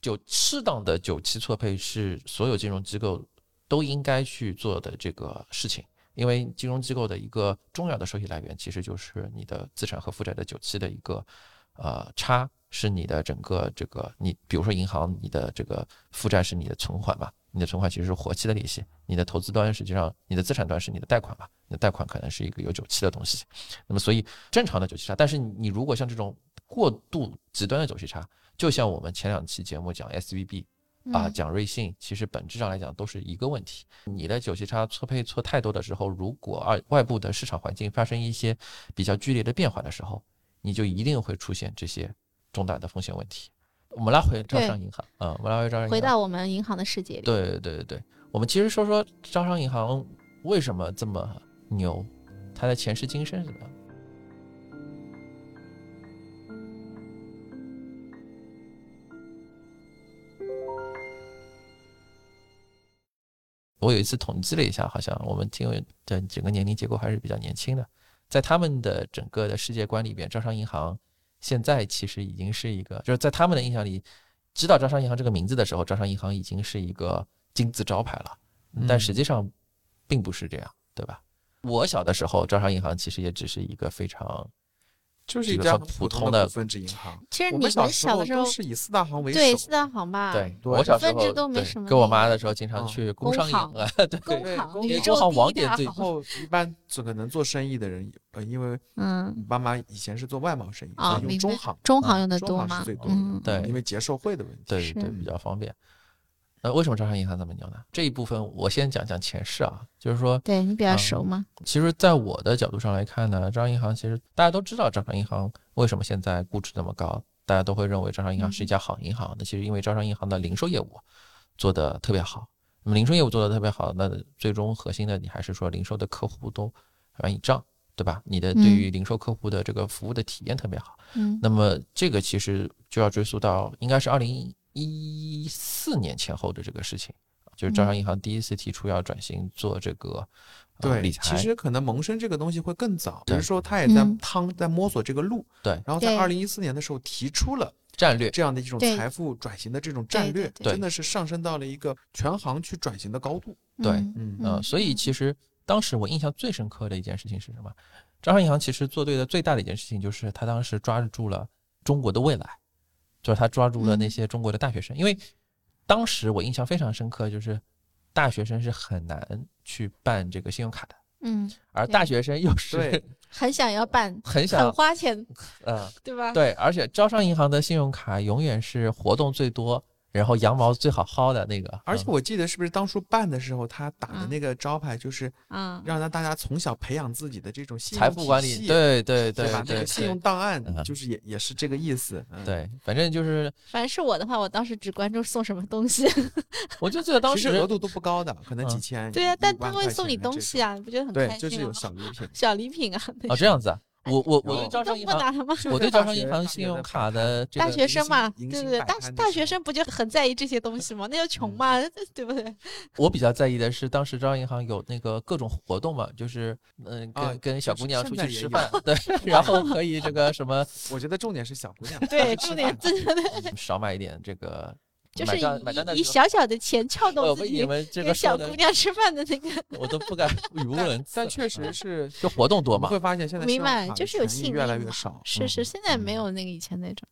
[SPEAKER 2] 就适当的久期错配是所有金融机构都应该去做的这个事情，因为金融机构的一个重要的收益来源其实就是你的资产和负债的久期的一个呃差。是你的整个这个，你比如说银行，你的这个负债是你的存款吧，你的存款其实是活期的利息，你的投资端实际上你的资产端是你的贷款吧，你的贷款可能是一个有久期的东西，那么所以正常的久期差，但是你你如果像这种过度极端的久期差，就像我们前两期节目讲 SVB 啊，
[SPEAKER 4] 嗯
[SPEAKER 2] 讲瑞信，其实本质上来讲都是一个问题。你的久息差错配错太多的时候，如果二外部的市场环境发生一些比较剧烈的变化的时候，你就一定会出现这些重大的风险问题。我们拉回招商银行啊、我们拉回招商银行，
[SPEAKER 4] 回到我们银行的世界里，
[SPEAKER 2] 对对对对，我们其实说说招商银行为什么这么牛，它的前世今生是怎么样的？我有一次统计了一下，好像我们听友的整个年龄结构还是比较年轻的，在他们的整个的世界观里边，招商银行现在其实已经是一个，就是在他们的印象里，知道招商银行这个名字的时候，招商银行已经是一个金字招牌了，
[SPEAKER 3] 嗯
[SPEAKER 2] 嗯但实际上并不是这样，对吧？我小的时候，招商银行其实也只是一个非常
[SPEAKER 3] 就是一
[SPEAKER 2] 这个
[SPEAKER 3] 家
[SPEAKER 2] 很
[SPEAKER 3] 很
[SPEAKER 2] 普通的
[SPEAKER 3] 的股份制银行。
[SPEAKER 4] 其实
[SPEAKER 3] 我们
[SPEAKER 4] 你们
[SPEAKER 3] 小时
[SPEAKER 4] 小
[SPEAKER 3] 候
[SPEAKER 4] 的时候
[SPEAKER 3] 都是以四大行为
[SPEAKER 4] 对
[SPEAKER 3] 首
[SPEAKER 4] 四大行吧，
[SPEAKER 2] 对，
[SPEAKER 3] 对
[SPEAKER 2] 我小时
[SPEAKER 4] 啊分支
[SPEAKER 2] 候
[SPEAKER 4] 都没
[SPEAKER 2] 对
[SPEAKER 4] 什么
[SPEAKER 2] 跟我
[SPEAKER 4] 那
[SPEAKER 2] 妈
[SPEAKER 4] 个
[SPEAKER 2] 的时候经常
[SPEAKER 3] 嗯
[SPEAKER 2] 去
[SPEAKER 4] 工
[SPEAKER 2] 商银
[SPEAKER 4] 行
[SPEAKER 2] 行 啊，对
[SPEAKER 4] 工
[SPEAKER 3] 对
[SPEAKER 4] 行
[SPEAKER 3] 工
[SPEAKER 4] 宇
[SPEAKER 3] 行
[SPEAKER 4] 宙
[SPEAKER 2] 工行
[SPEAKER 4] 第
[SPEAKER 2] 网
[SPEAKER 4] 一
[SPEAKER 2] 点
[SPEAKER 4] 大
[SPEAKER 2] 最
[SPEAKER 3] 然
[SPEAKER 4] 行，
[SPEAKER 3] 后一般做可能做生意的人，呃，因为
[SPEAKER 4] 嗯，
[SPEAKER 3] 爸妈以前是做外贸生意，
[SPEAKER 4] 啊
[SPEAKER 3] 所以用
[SPEAKER 4] 明
[SPEAKER 3] 中
[SPEAKER 4] 白
[SPEAKER 3] 行，
[SPEAKER 4] 中行用的
[SPEAKER 3] 中
[SPEAKER 4] 多
[SPEAKER 3] 行是
[SPEAKER 4] 吗
[SPEAKER 3] 最？多的
[SPEAKER 4] 嗯，
[SPEAKER 2] 对
[SPEAKER 3] 因为结售汇的问题。
[SPEAKER 2] 对
[SPEAKER 4] 是
[SPEAKER 2] 对比较方便。呃，为什么招商银行这么牛呢？这一部分我先讲讲前世啊，就是说，
[SPEAKER 4] 对你比较
[SPEAKER 2] 嗯
[SPEAKER 4] 熟吗？
[SPEAKER 2] 其实在我的角度上来看呢，招商银行其实大家都知道，招商银行为什么现在估值那么高，大家都会认为招商银行
[SPEAKER 3] 嗯
[SPEAKER 2] 是一家好银行。那其实因为招商银行的零售业务做得特别好，那么零售业务做得特别好，那最终核心的你还是说零售的客户都愿意账，对吧？你的对
[SPEAKER 4] 嗯
[SPEAKER 2] 于零售客户的这个服务的体验特别好。
[SPEAKER 4] 嗯
[SPEAKER 2] 那么这个其实就要追溯到应该是二零一四年前后的这个事情，就是
[SPEAKER 3] 嗯
[SPEAKER 2] 招商银行第一次提出要转型做这个、呃、
[SPEAKER 3] 对，
[SPEAKER 2] 理
[SPEAKER 3] 其
[SPEAKER 2] 财。
[SPEAKER 3] 实可能萌生这个东西会更早，只
[SPEAKER 2] 对
[SPEAKER 3] 是说他也在
[SPEAKER 4] 嗯
[SPEAKER 3] 趟、在摸索这个路。
[SPEAKER 2] 对
[SPEAKER 3] 然后在
[SPEAKER 4] 对
[SPEAKER 3] 二零一四年的时候提出了
[SPEAKER 2] 战略，
[SPEAKER 3] 这样的一种
[SPEAKER 4] 对
[SPEAKER 3] 财富转型的这种战略，
[SPEAKER 4] 对对对
[SPEAKER 3] 真的是上升到了一个全行去转型的高度。
[SPEAKER 2] 对
[SPEAKER 3] 嗯
[SPEAKER 4] 嗯
[SPEAKER 2] 呃，
[SPEAKER 4] 嗯
[SPEAKER 2] 所以其实当时我印象最深刻的一件事情是什么？招商银行其实做对的最大的一件事情就是他当时抓住了中国的未来，就是他抓住了那
[SPEAKER 4] 嗯
[SPEAKER 2] 些中国的大学生，因为当时我印象非常深刻，就是大学生是很难去办这个信用卡的，
[SPEAKER 4] 嗯，
[SPEAKER 2] 而
[SPEAKER 4] 对
[SPEAKER 2] 大学生又是
[SPEAKER 3] 对
[SPEAKER 4] 很想要办，
[SPEAKER 2] 很
[SPEAKER 4] 很
[SPEAKER 2] 想
[SPEAKER 4] 花钱，
[SPEAKER 2] 嗯。
[SPEAKER 4] 对吧？
[SPEAKER 2] 对，而且招商银行的信用卡永远是活动最多，然后羊毛最好薅的那个。
[SPEAKER 3] 而且
[SPEAKER 2] 嗯
[SPEAKER 3] 我记得是不是当初办的时候，他打的
[SPEAKER 4] 嗯
[SPEAKER 3] 那个招牌就是
[SPEAKER 4] 嗯，
[SPEAKER 3] 让让大家从小培养自己的这种信用
[SPEAKER 2] 财富管
[SPEAKER 3] 体
[SPEAKER 2] 理，
[SPEAKER 3] 系，啊
[SPEAKER 2] 对对对
[SPEAKER 3] 对吧？那
[SPEAKER 2] 对
[SPEAKER 3] 个信
[SPEAKER 2] 对
[SPEAKER 3] 用档案
[SPEAKER 2] 嗯
[SPEAKER 3] 就是也也是这个意思。嗯，
[SPEAKER 2] 对，反正就是，
[SPEAKER 4] 反正是我的话，我当时只关注送什么东西。
[SPEAKER 3] 嗯
[SPEAKER 2] 我就记得当
[SPEAKER 3] 其实额
[SPEAKER 2] 时
[SPEAKER 3] 度都不高的，可能几千。
[SPEAKER 4] 对呀、啊
[SPEAKER 3] 一
[SPEAKER 4] 但
[SPEAKER 3] 一
[SPEAKER 4] 他
[SPEAKER 3] 万
[SPEAKER 4] 会
[SPEAKER 3] 块
[SPEAKER 4] 送
[SPEAKER 3] 钱
[SPEAKER 4] 你
[SPEAKER 3] 的
[SPEAKER 4] 东
[SPEAKER 3] 这
[SPEAKER 4] 西
[SPEAKER 3] 种。
[SPEAKER 4] 啊，你不觉得很
[SPEAKER 3] 对，
[SPEAKER 4] 开
[SPEAKER 3] 就
[SPEAKER 4] 心
[SPEAKER 3] 是有小
[SPEAKER 4] 吗？
[SPEAKER 3] 礼品。
[SPEAKER 4] 小礼品啊，那
[SPEAKER 2] 哦这样子啊，
[SPEAKER 3] 哎
[SPEAKER 2] 我我我
[SPEAKER 3] 有
[SPEAKER 2] 对招商
[SPEAKER 4] 都
[SPEAKER 2] 银
[SPEAKER 4] 不
[SPEAKER 2] 行，
[SPEAKER 4] 拿他吗？
[SPEAKER 2] 我对招商银行信用卡的这
[SPEAKER 4] 大
[SPEAKER 2] 个
[SPEAKER 4] 学生嘛，
[SPEAKER 3] 迎
[SPEAKER 4] 对
[SPEAKER 3] 新
[SPEAKER 4] 不对？
[SPEAKER 3] 摆
[SPEAKER 4] 大
[SPEAKER 3] 摊的
[SPEAKER 4] 大
[SPEAKER 3] 时
[SPEAKER 4] 学
[SPEAKER 3] 候嗯
[SPEAKER 4] 生不就很在意这些东西吗？那就穷嘛，对不对？
[SPEAKER 2] 我比较在意的是，当时招商银行有那个各种活动嘛，就是嗯，
[SPEAKER 3] 啊
[SPEAKER 2] 跟跟小
[SPEAKER 3] 就是
[SPEAKER 2] 姑娘
[SPEAKER 3] 现
[SPEAKER 2] 出
[SPEAKER 3] 在
[SPEAKER 2] 去
[SPEAKER 3] 也
[SPEAKER 2] 吃
[SPEAKER 3] 有
[SPEAKER 2] 饭， 对，然后可以这个什么
[SPEAKER 3] 我觉得重点是小姑娘。
[SPEAKER 4] 对，重点真的
[SPEAKER 3] 嗯
[SPEAKER 2] 少买一点这个，
[SPEAKER 4] 就是
[SPEAKER 2] 买单买单的
[SPEAKER 4] 以以以
[SPEAKER 2] 时候哎
[SPEAKER 4] 小小的钱撬
[SPEAKER 2] 我
[SPEAKER 4] 动自
[SPEAKER 2] 为你
[SPEAKER 4] 己
[SPEAKER 2] 们这个
[SPEAKER 4] 跟小
[SPEAKER 2] 说
[SPEAKER 4] 姑
[SPEAKER 2] 的，
[SPEAKER 4] 娘吃饭的那个，
[SPEAKER 2] 我都 不敢语无伦次。
[SPEAKER 3] 但确实是，
[SPEAKER 2] 就活动多
[SPEAKER 3] 我们
[SPEAKER 2] 嘛，
[SPEAKER 3] 会发现现在信
[SPEAKER 4] 明
[SPEAKER 3] 用
[SPEAKER 4] 白
[SPEAKER 3] 卡，的
[SPEAKER 4] 就是有
[SPEAKER 3] 权益
[SPEAKER 4] 吸引
[SPEAKER 3] 越来
[SPEAKER 4] 力
[SPEAKER 3] 越
[SPEAKER 4] 嘛
[SPEAKER 3] 少。
[SPEAKER 4] 是是，
[SPEAKER 3] 嗯
[SPEAKER 4] 现在没有那个以前那种，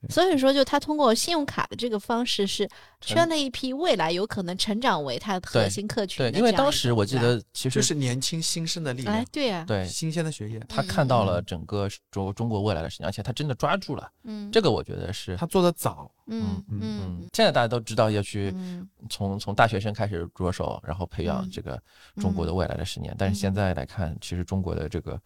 [SPEAKER 3] 对
[SPEAKER 4] 所以说就他通过信用卡的这个方式是
[SPEAKER 2] 成
[SPEAKER 4] 圈了一批未来有可能成长为他的核
[SPEAKER 2] 对
[SPEAKER 4] 心客群
[SPEAKER 2] 对，
[SPEAKER 4] 的
[SPEAKER 2] 因为
[SPEAKER 4] 这样
[SPEAKER 2] 当
[SPEAKER 4] 一
[SPEAKER 2] 时
[SPEAKER 4] 个
[SPEAKER 2] 我
[SPEAKER 4] 人
[SPEAKER 2] 记得其
[SPEAKER 3] 就
[SPEAKER 2] 实
[SPEAKER 3] 是年轻新生的力量
[SPEAKER 4] 哎，，对呀、
[SPEAKER 2] 对
[SPEAKER 3] 新鲜的血液。
[SPEAKER 2] 他看到
[SPEAKER 3] 嗯
[SPEAKER 2] 了整个中中国未来的事情，而且他真的抓住了
[SPEAKER 4] 嗯，
[SPEAKER 2] 这个，我觉得是
[SPEAKER 3] 他做的早，
[SPEAKER 4] 嗯
[SPEAKER 3] 嗯
[SPEAKER 2] 嗯
[SPEAKER 4] 嗯，
[SPEAKER 2] 现在大家都知道要去
[SPEAKER 4] 嗯，
[SPEAKER 2] 从从大学生开始着手，然后培养
[SPEAKER 4] 嗯
[SPEAKER 2] 这个中国的未来的十年，但是现在来看，其实中国的这个。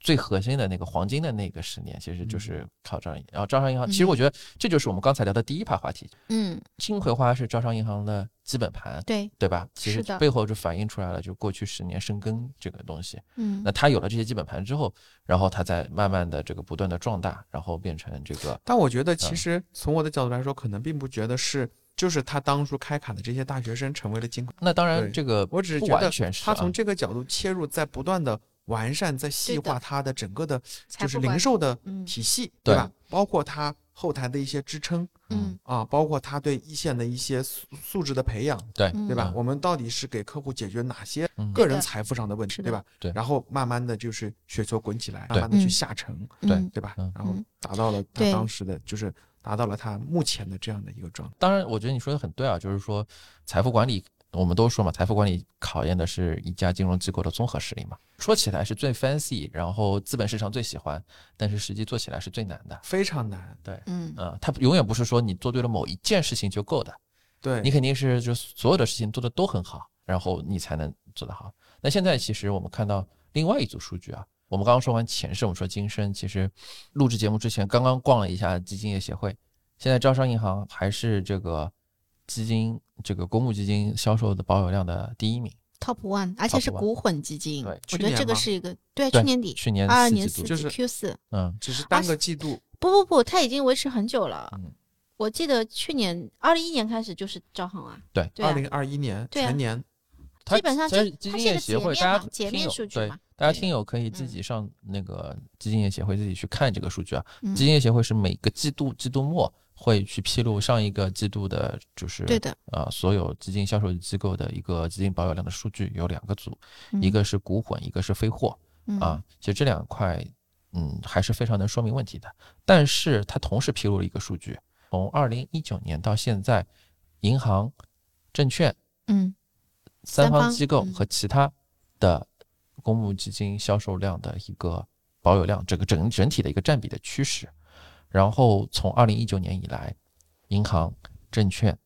[SPEAKER 2] 最核心的那个黄金的那个十年，其
[SPEAKER 4] 嗯
[SPEAKER 2] 实就是靠招商银，然后招商银行。其实我觉得这就是我们刚才聊的第一趴话题，
[SPEAKER 4] 嗯，
[SPEAKER 2] 金葵花是招商银行的基本盘，
[SPEAKER 4] 对，
[SPEAKER 2] 对吧？其实
[SPEAKER 4] 是的
[SPEAKER 2] 背后就反映出来了，就过去十年深耕这个东西。
[SPEAKER 4] 嗯，
[SPEAKER 2] 那它有了这些基本盘之后，然后它再慢慢的这个不断的壮大，然后变成这个嗯
[SPEAKER 3] 但我觉得其实从我的角度来说，可能并不觉得是就是他当初开砍的这些大学生成为了金库。
[SPEAKER 2] 那当
[SPEAKER 3] 对
[SPEAKER 2] 然，这个
[SPEAKER 3] 我只是
[SPEAKER 2] 不
[SPEAKER 3] 觉
[SPEAKER 2] 完
[SPEAKER 3] 得
[SPEAKER 2] 全是
[SPEAKER 3] 他
[SPEAKER 2] 啊
[SPEAKER 3] 从这个角度切入，在不断的完善，在细
[SPEAKER 4] 对的
[SPEAKER 3] 化他的整个的，
[SPEAKER 4] 财
[SPEAKER 3] 就是
[SPEAKER 4] 富管
[SPEAKER 3] 零
[SPEAKER 4] 理
[SPEAKER 3] 售的
[SPEAKER 4] 嗯
[SPEAKER 3] 体系，
[SPEAKER 2] 对
[SPEAKER 3] 吧？包括他后台的一些支撑
[SPEAKER 4] 嗯
[SPEAKER 3] 啊，包括他对一线的一些素素质的培养，
[SPEAKER 2] 对
[SPEAKER 4] 嗯
[SPEAKER 3] 对吧？
[SPEAKER 2] 嗯
[SPEAKER 3] 我们到底是给客户解决哪些
[SPEAKER 2] 嗯
[SPEAKER 3] 个
[SPEAKER 4] 对
[SPEAKER 3] 人
[SPEAKER 4] 的
[SPEAKER 3] 财富上的问题，
[SPEAKER 4] 是
[SPEAKER 3] 对
[SPEAKER 4] 的
[SPEAKER 3] 吧？
[SPEAKER 2] 对
[SPEAKER 3] 然后慢慢的就是雪球滚起来，慢
[SPEAKER 2] 对
[SPEAKER 3] 慢的去
[SPEAKER 4] 嗯
[SPEAKER 3] 下沉，
[SPEAKER 2] 对
[SPEAKER 4] 嗯
[SPEAKER 3] 对吧
[SPEAKER 2] 嗯？
[SPEAKER 3] 然后
[SPEAKER 4] 嗯
[SPEAKER 3] 达到了他
[SPEAKER 4] 对
[SPEAKER 3] 当时的，就是达到了他目前的这样的一个状态。
[SPEAKER 2] 当然，我觉得你说的很对啊，就是说财富管理，我们都说嘛，财富管理考验的是一家金融机构的综合实力嘛。说起来是最 fancy，然后资本市场最喜欢，但是实际做起来是最难的。
[SPEAKER 3] 非常难，
[SPEAKER 4] 嗯
[SPEAKER 2] 嗯，它永远不是说你做对了某一件事情就够的，
[SPEAKER 3] 对
[SPEAKER 2] 你肯定是就所有的事情做的都很好，然后你才能做得好。那现在其实我们看到另外一组数据啊，我们刚刚说完前世，我们说今生，其实录制节目之前刚刚逛了一下基金业协会，现在招商银行还是这个基金这个公募基金销售的保有量的第一名，
[SPEAKER 4] ，Top One，而且
[SPEAKER 2] Top
[SPEAKER 4] 是
[SPEAKER 2] one
[SPEAKER 4] 股混基金，
[SPEAKER 2] 对
[SPEAKER 4] 我
[SPEAKER 3] 去
[SPEAKER 4] 觉得
[SPEAKER 3] 年
[SPEAKER 4] 这个
[SPEAKER 3] 吗
[SPEAKER 4] 是一个对，
[SPEAKER 2] 对
[SPEAKER 4] 去年底，
[SPEAKER 2] 去年
[SPEAKER 4] 二二
[SPEAKER 2] 四
[SPEAKER 4] 啊年
[SPEAKER 2] 季
[SPEAKER 4] 四
[SPEAKER 2] 度，
[SPEAKER 3] 就是
[SPEAKER 4] Q 四，
[SPEAKER 2] 嗯，
[SPEAKER 3] 只是单个季度，
[SPEAKER 4] 不不不，它已经维持很久了
[SPEAKER 2] 嗯。
[SPEAKER 4] 我记得去年二零一年开始就是招行啊，
[SPEAKER 2] 对
[SPEAKER 4] 对
[SPEAKER 3] 二
[SPEAKER 4] 啊，
[SPEAKER 3] 零二一年
[SPEAKER 4] 对啊
[SPEAKER 3] 全年，
[SPEAKER 2] 它
[SPEAKER 4] 基本上
[SPEAKER 2] 它
[SPEAKER 4] 这
[SPEAKER 2] 是基
[SPEAKER 4] 它
[SPEAKER 2] 金
[SPEAKER 4] 是一
[SPEAKER 2] 业
[SPEAKER 4] 个
[SPEAKER 2] 协会，
[SPEAKER 4] 解面
[SPEAKER 2] 大家
[SPEAKER 4] 嘛解
[SPEAKER 2] 听
[SPEAKER 4] 面
[SPEAKER 2] 友
[SPEAKER 4] 数据
[SPEAKER 2] 对
[SPEAKER 4] 嘛，
[SPEAKER 2] 大家
[SPEAKER 4] 对
[SPEAKER 2] 听友可以自
[SPEAKER 4] 嗯
[SPEAKER 2] 己上那个基金业协会自己去看这个数据啊。
[SPEAKER 4] 嗯
[SPEAKER 2] 基金业协会是每个季度季度末会去披露上一个季度的，就是
[SPEAKER 4] 对的，
[SPEAKER 2] 呃所有基金销售机构的一个基金保有量的数据，有两个组，
[SPEAKER 4] 嗯
[SPEAKER 2] 一个是股混，一个是非货
[SPEAKER 4] 嗯
[SPEAKER 2] 啊。其实这两块，嗯，还是非常能说明问题的。但是它同时披露了一个数据，从二零一九年到现在，银行、证券。
[SPEAKER 4] 嗯
[SPEAKER 2] 三
[SPEAKER 4] 三
[SPEAKER 2] 方
[SPEAKER 4] 方
[SPEAKER 2] 机构
[SPEAKER 4] 嗯
[SPEAKER 2] 和其他的公募基金销售量的一个保有量，这个整整体的一个占比的趋势。然后从二零一九年以来，银行、证券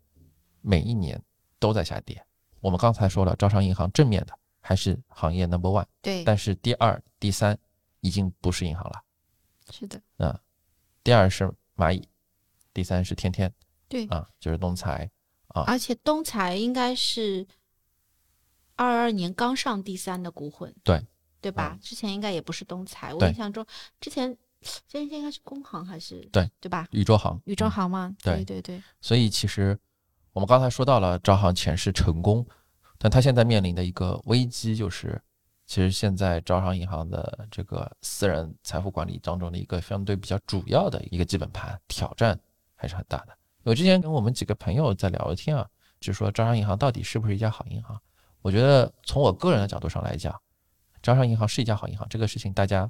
[SPEAKER 2] 每一年都在下跌。我们刚才说了，招商银行正面的还是行业 number one，
[SPEAKER 4] 对，
[SPEAKER 2] 但是第二、第三已经不是银行了，
[SPEAKER 4] 是的，
[SPEAKER 2] 第二是蚂蚁，第三是天天
[SPEAKER 4] 对，
[SPEAKER 2] 啊，就是东财。
[SPEAKER 4] 而且东财应该是二二年刚上第三的股混，
[SPEAKER 2] 对嗯
[SPEAKER 4] 对吧？之前应该也不是东财，我
[SPEAKER 2] 对
[SPEAKER 4] 印象中之前之前应该是工行还是
[SPEAKER 2] 对
[SPEAKER 4] 对吧？
[SPEAKER 2] 宇宙行，
[SPEAKER 4] 宇宙行嘛，
[SPEAKER 2] 对
[SPEAKER 4] 对对，
[SPEAKER 2] 所以其实我们刚才说到了招行前世成功，但他现在面临的一个危机就是，其实现在招商银行的这个私人财富管理当中的一个相对比较主要的一个基本盘挑战还是很大的。我之前跟我们几个朋友在聊天啊，就说招商银行到底是不是一家好银行？我觉得从我个人的角度上来讲，招商银行是一家好银行，这个事情大家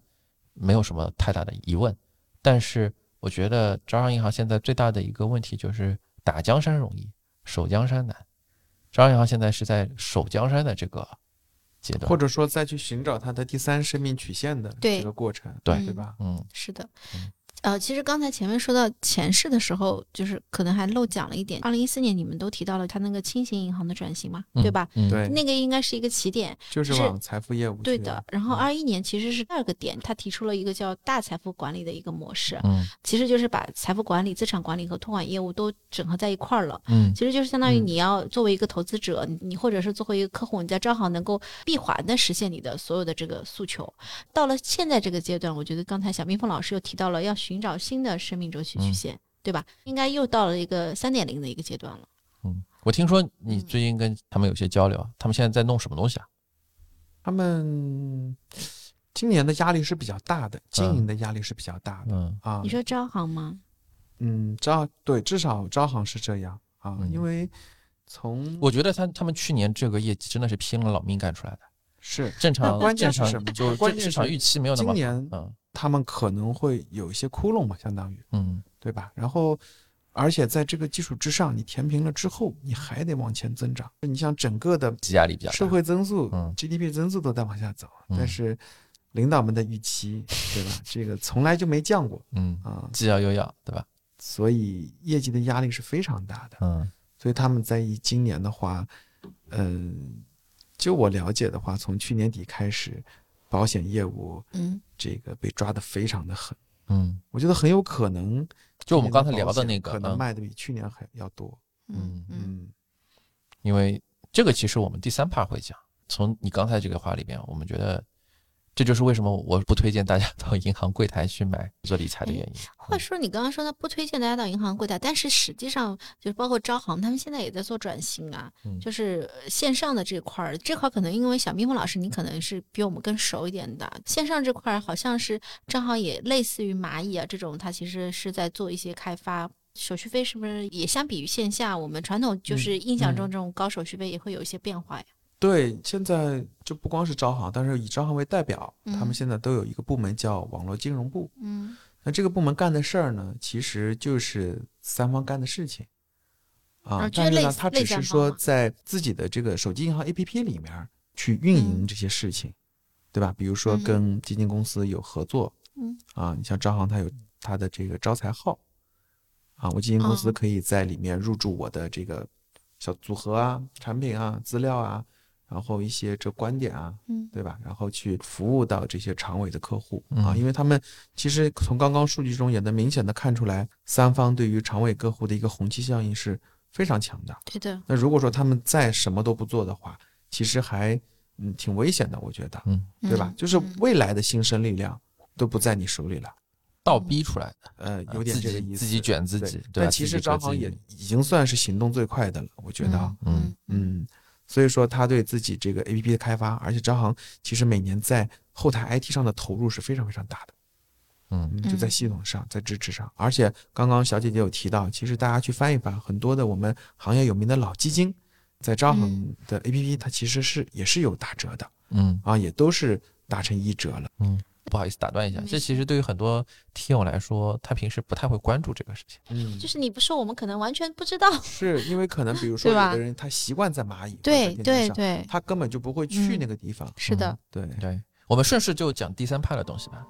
[SPEAKER 2] 没有什么太大的疑问。但是我觉得招商银行现在最大的一个问题就是打江山容易，守江山难。招商银行现在是在守江山的这个阶段，
[SPEAKER 3] 或者说再去寻找他的第三生命曲线的
[SPEAKER 4] 对
[SPEAKER 3] 这个过程，
[SPEAKER 2] 对
[SPEAKER 3] 对吧？
[SPEAKER 2] 嗯，
[SPEAKER 4] 是的
[SPEAKER 2] 嗯。
[SPEAKER 4] 呃，其实刚才前面说到前世的时候，就是可能还漏讲了一点。二零一四年你们都提到了它那个新型银行的转型嘛，
[SPEAKER 2] 嗯
[SPEAKER 4] 对吧？？
[SPEAKER 2] 嗯，
[SPEAKER 3] 对，
[SPEAKER 4] 那个应该是一个起点，
[SPEAKER 3] 就是
[SPEAKER 4] 是
[SPEAKER 3] 往财富业务去
[SPEAKER 4] 对的。然后
[SPEAKER 3] 嗯
[SPEAKER 4] 二一年其实是第二个点，他提出了一个叫大财富管理的一个模式，
[SPEAKER 2] 嗯
[SPEAKER 4] 其实就是把财富管理、资产管理和托管业务都整合在一块儿了。
[SPEAKER 2] 嗯
[SPEAKER 4] 其实就是相当于
[SPEAKER 3] 嗯
[SPEAKER 4] 你要作为一个投资者，你或者是作为一个客户，你在招行能够闭环的实现你的所有的这个诉求。到了现在这个阶段，我觉得刚才小蜜蜂老师又提到了要寻找新的生命周期曲线，对吧？应该又到了一个三点零的一个阶段了。
[SPEAKER 2] 嗯。我听说你最近跟他们有些交流啊，他们现在在弄什么东西啊？
[SPEAKER 3] 他们今年的压力是比较大的，经营的压力是比较大的、
[SPEAKER 2] 嗯
[SPEAKER 3] 啊
[SPEAKER 4] 你。说招行吗？
[SPEAKER 3] 嗯，招对，至少招行是这样啊，
[SPEAKER 2] 嗯
[SPEAKER 3] 因为从
[SPEAKER 2] 我觉得他他们去年这个业绩真的是拼了老命干出来的，
[SPEAKER 3] 是
[SPEAKER 2] 正常
[SPEAKER 3] 那关
[SPEAKER 2] 正
[SPEAKER 3] 键是
[SPEAKER 2] 常
[SPEAKER 3] 什么
[SPEAKER 2] 就
[SPEAKER 3] 关
[SPEAKER 2] 正市
[SPEAKER 3] 键
[SPEAKER 2] 场
[SPEAKER 3] 是
[SPEAKER 2] 预期没有那
[SPEAKER 3] 今
[SPEAKER 2] 么
[SPEAKER 3] 年
[SPEAKER 2] 嗯
[SPEAKER 3] 他们可能会有一些窟窿嘛，相当于
[SPEAKER 2] 嗯
[SPEAKER 3] 对吧？然后。而且在这个基础之上，你填平了之后，你还得往前增长。你像整个的
[SPEAKER 2] 压力比较大，
[SPEAKER 3] 社会增速、
[SPEAKER 2] 嗯
[SPEAKER 3] GDP 增速都在往下走，
[SPEAKER 2] 嗯
[SPEAKER 3] 但是领导们的预期，对吧？这个从来就没降过
[SPEAKER 2] 嗯
[SPEAKER 3] 啊、
[SPEAKER 2] 既要又要对吧？
[SPEAKER 3] 所以业绩的压力是非常大的。
[SPEAKER 2] 嗯
[SPEAKER 3] 所以他们在以今年的话，嗯，就我了解的话，从去年底开始，保险业务
[SPEAKER 4] 嗯，
[SPEAKER 3] 这个被抓得非常的狠。
[SPEAKER 2] 嗯，
[SPEAKER 3] 我觉得很有可能，
[SPEAKER 2] 就我们刚才聊的那个
[SPEAKER 3] 可能
[SPEAKER 2] 嗯
[SPEAKER 3] 卖的比去年还要多。
[SPEAKER 2] 嗯
[SPEAKER 4] 嗯嗯
[SPEAKER 3] 嗯，
[SPEAKER 2] 因为这个其实我们第三 part 会讲。从你刚才这个话里边，我们觉得这就是为什么我不推荐大家 到银行柜台去买做理
[SPEAKER 3] 嗯
[SPEAKER 2] 财的原因。
[SPEAKER 4] 或者说你刚刚说的不推荐大家到银行柜台，但是实际上就是包括招行，他们现在也在做转型啊，
[SPEAKER 2] 嗯
[SPEAKER 4] 就是线上的这块儿，这块儿可能因为小蜜蜂老师你可能是比我们更熟一点的，线上这块儿好像是正好也类似于蚂蚁啊这种，它其实是在做一些开发。手续费是不是也相比于线下，我们传统
[SPEAKER 3] 嗯
[SPEAKER 4] 就是印象中这种高手续费也会有一些变化呀？
[SPEAKER 3] 对，现在就不光是招行，但是以招行为代表，他
[SPEAKER 4] 嗯
[SPEAKER 3] 们现在都有一个部门叫网络金融部。
[SPEAKER 4] 嗯
[SPEAKER 3] 那这个部门干的事儿呢，其实就是三方干的事情啊
[SPEAKER 4] 啊。就
[SPEAKER 3] 但是
[SPEAKER 4] 类
[SPEAKER 3] 呢，
[SPEAKER 4] 似
[SPEAKER 3] 他
[SPEAKER 4] 类
[SPEAKER 3] 只是
[SPEAKER 4] 三方
[SPEAKER 3] 说
[SPEAKER 4] 嘛
[SPEAKER 3] 在自己的这个手机银行 APP 里面去运营这些事情，对吧？比如说
[SPEAKER 4] 嗯
[SPEAKER 3] 跟基金公司有合作，
[SPEAKER 4] 嗯
[SPEAKER 3] 啊，你像招行，它有它的这个招财号啊，我基金公司
[SPEAKER 4] 哦
[SPEAKER 3] 可以在里面入驻我的这个小组合啊、产品啊、资料啊，然后一些这观点啊，
[SPEAKER 4] 嗯
[SPEAKER 3] 对吧？然后去服务到这些常委的客户啊，
[SPEAKER 2] 嗯
[SPEAKER 3] 因为他们其实从刚刚数据中也能明显的看出来，三方对于常委客户的一个红旗效应是非常强的。
[SPEAKER 4] 对的，
[SPEAKER 3] 那如果说他们再什么都不做的话，其实还嗯挺危险的，我觉得，
[SPEAKER 2] 嗯，
[SPEAKER 3] 对吧
[SPEAKER 4] 嗯？
[SPEAKER 3] 就是
[SPEAKER 4] 嗯
[SPEAKER 3] 未来的新生力量都不在你手里了，
[SPEAKER 2] 倒逼出来的，
[SPEAKER 3] 呃，
[SPEAKER 2] 啊
[SPEAKER 3] 有点
[SPEAKER 2] 自
[SPEAKER 3] 这个
[SPEAKER 2] 己
[SPEAKER 3] 意思。
[SPEAKER 2] 自己卷自
[SPEAKER 3] 对
[SPEAKER 2] 己，对吧？
[SPEAKER 3] 但其
[SPEAKER 2] 自己
[SPEAKER 3] 实
[SPEAKER 2] 折
[SPEAKER 3] 招
[SPEAKER 2] 自
[SPEAKER 3] 行
[SPEAKER 2] 己
[SPEAKER 3] 也已经算是行动最快的了，我觉得啊，
[SPEAKER 2] 嗯
[SPEAKER 3] 嗯，所以说他对自己这个 A P P 的开发，而且招行其实每年在后台 I T 上的投入是非常非常大的，
[SPEAKER 2] 嗯
[SPEAKER 3] 嗯，就在
[SPEAKER 4] 嗯
[SPEAKER 3] 系统上，在支持上，而且刚刚小姐姐有提到，其实大家去翻一翻，很多的我们行业有名的老基金，在招行
[SPEAKER 4] 嗯
[SPEAKER 3] 的 A P P 它其实是也是有打折的
[SPEAKER 2] 嗯
[SPEAKER 3] 啊，也都是打成一折了，
[SPEAKER 2] 嗯，不好意思打断一下，
[SPEAKER 4] 没
[SPEAKER 2] 这其
[SPEAKER 4] 事
[SPEAKER 2] 实对于很多听友来说，他平时不太会关注这个事情。
[SPEAKER 3] 嗯
[SPEAKER 4] 就是你不说，我们可能完全不 知道。
[SPEAKER 3] 是因为可能比 如说
[SPEAKER 4] 对
[SPEAKER 3] 有
[SPEAKER 4] 吧
[SPEAKER 3] 的人他习惯在蚂蚁，
[SPEAKER 4] 对对
[SPEAKER 3] 对。
[SPEAKER 4] 对，
[SPEAKER 3] 他根本就不会去
[SPEAKER 4] 嗯
[SPEAKER 3] 那个地方。
[SPEAKER 4] 是的，
[SPEAKER 3] 对，
[SPEAKER 2] 对，我们顺势就讲第三趴的东西吧。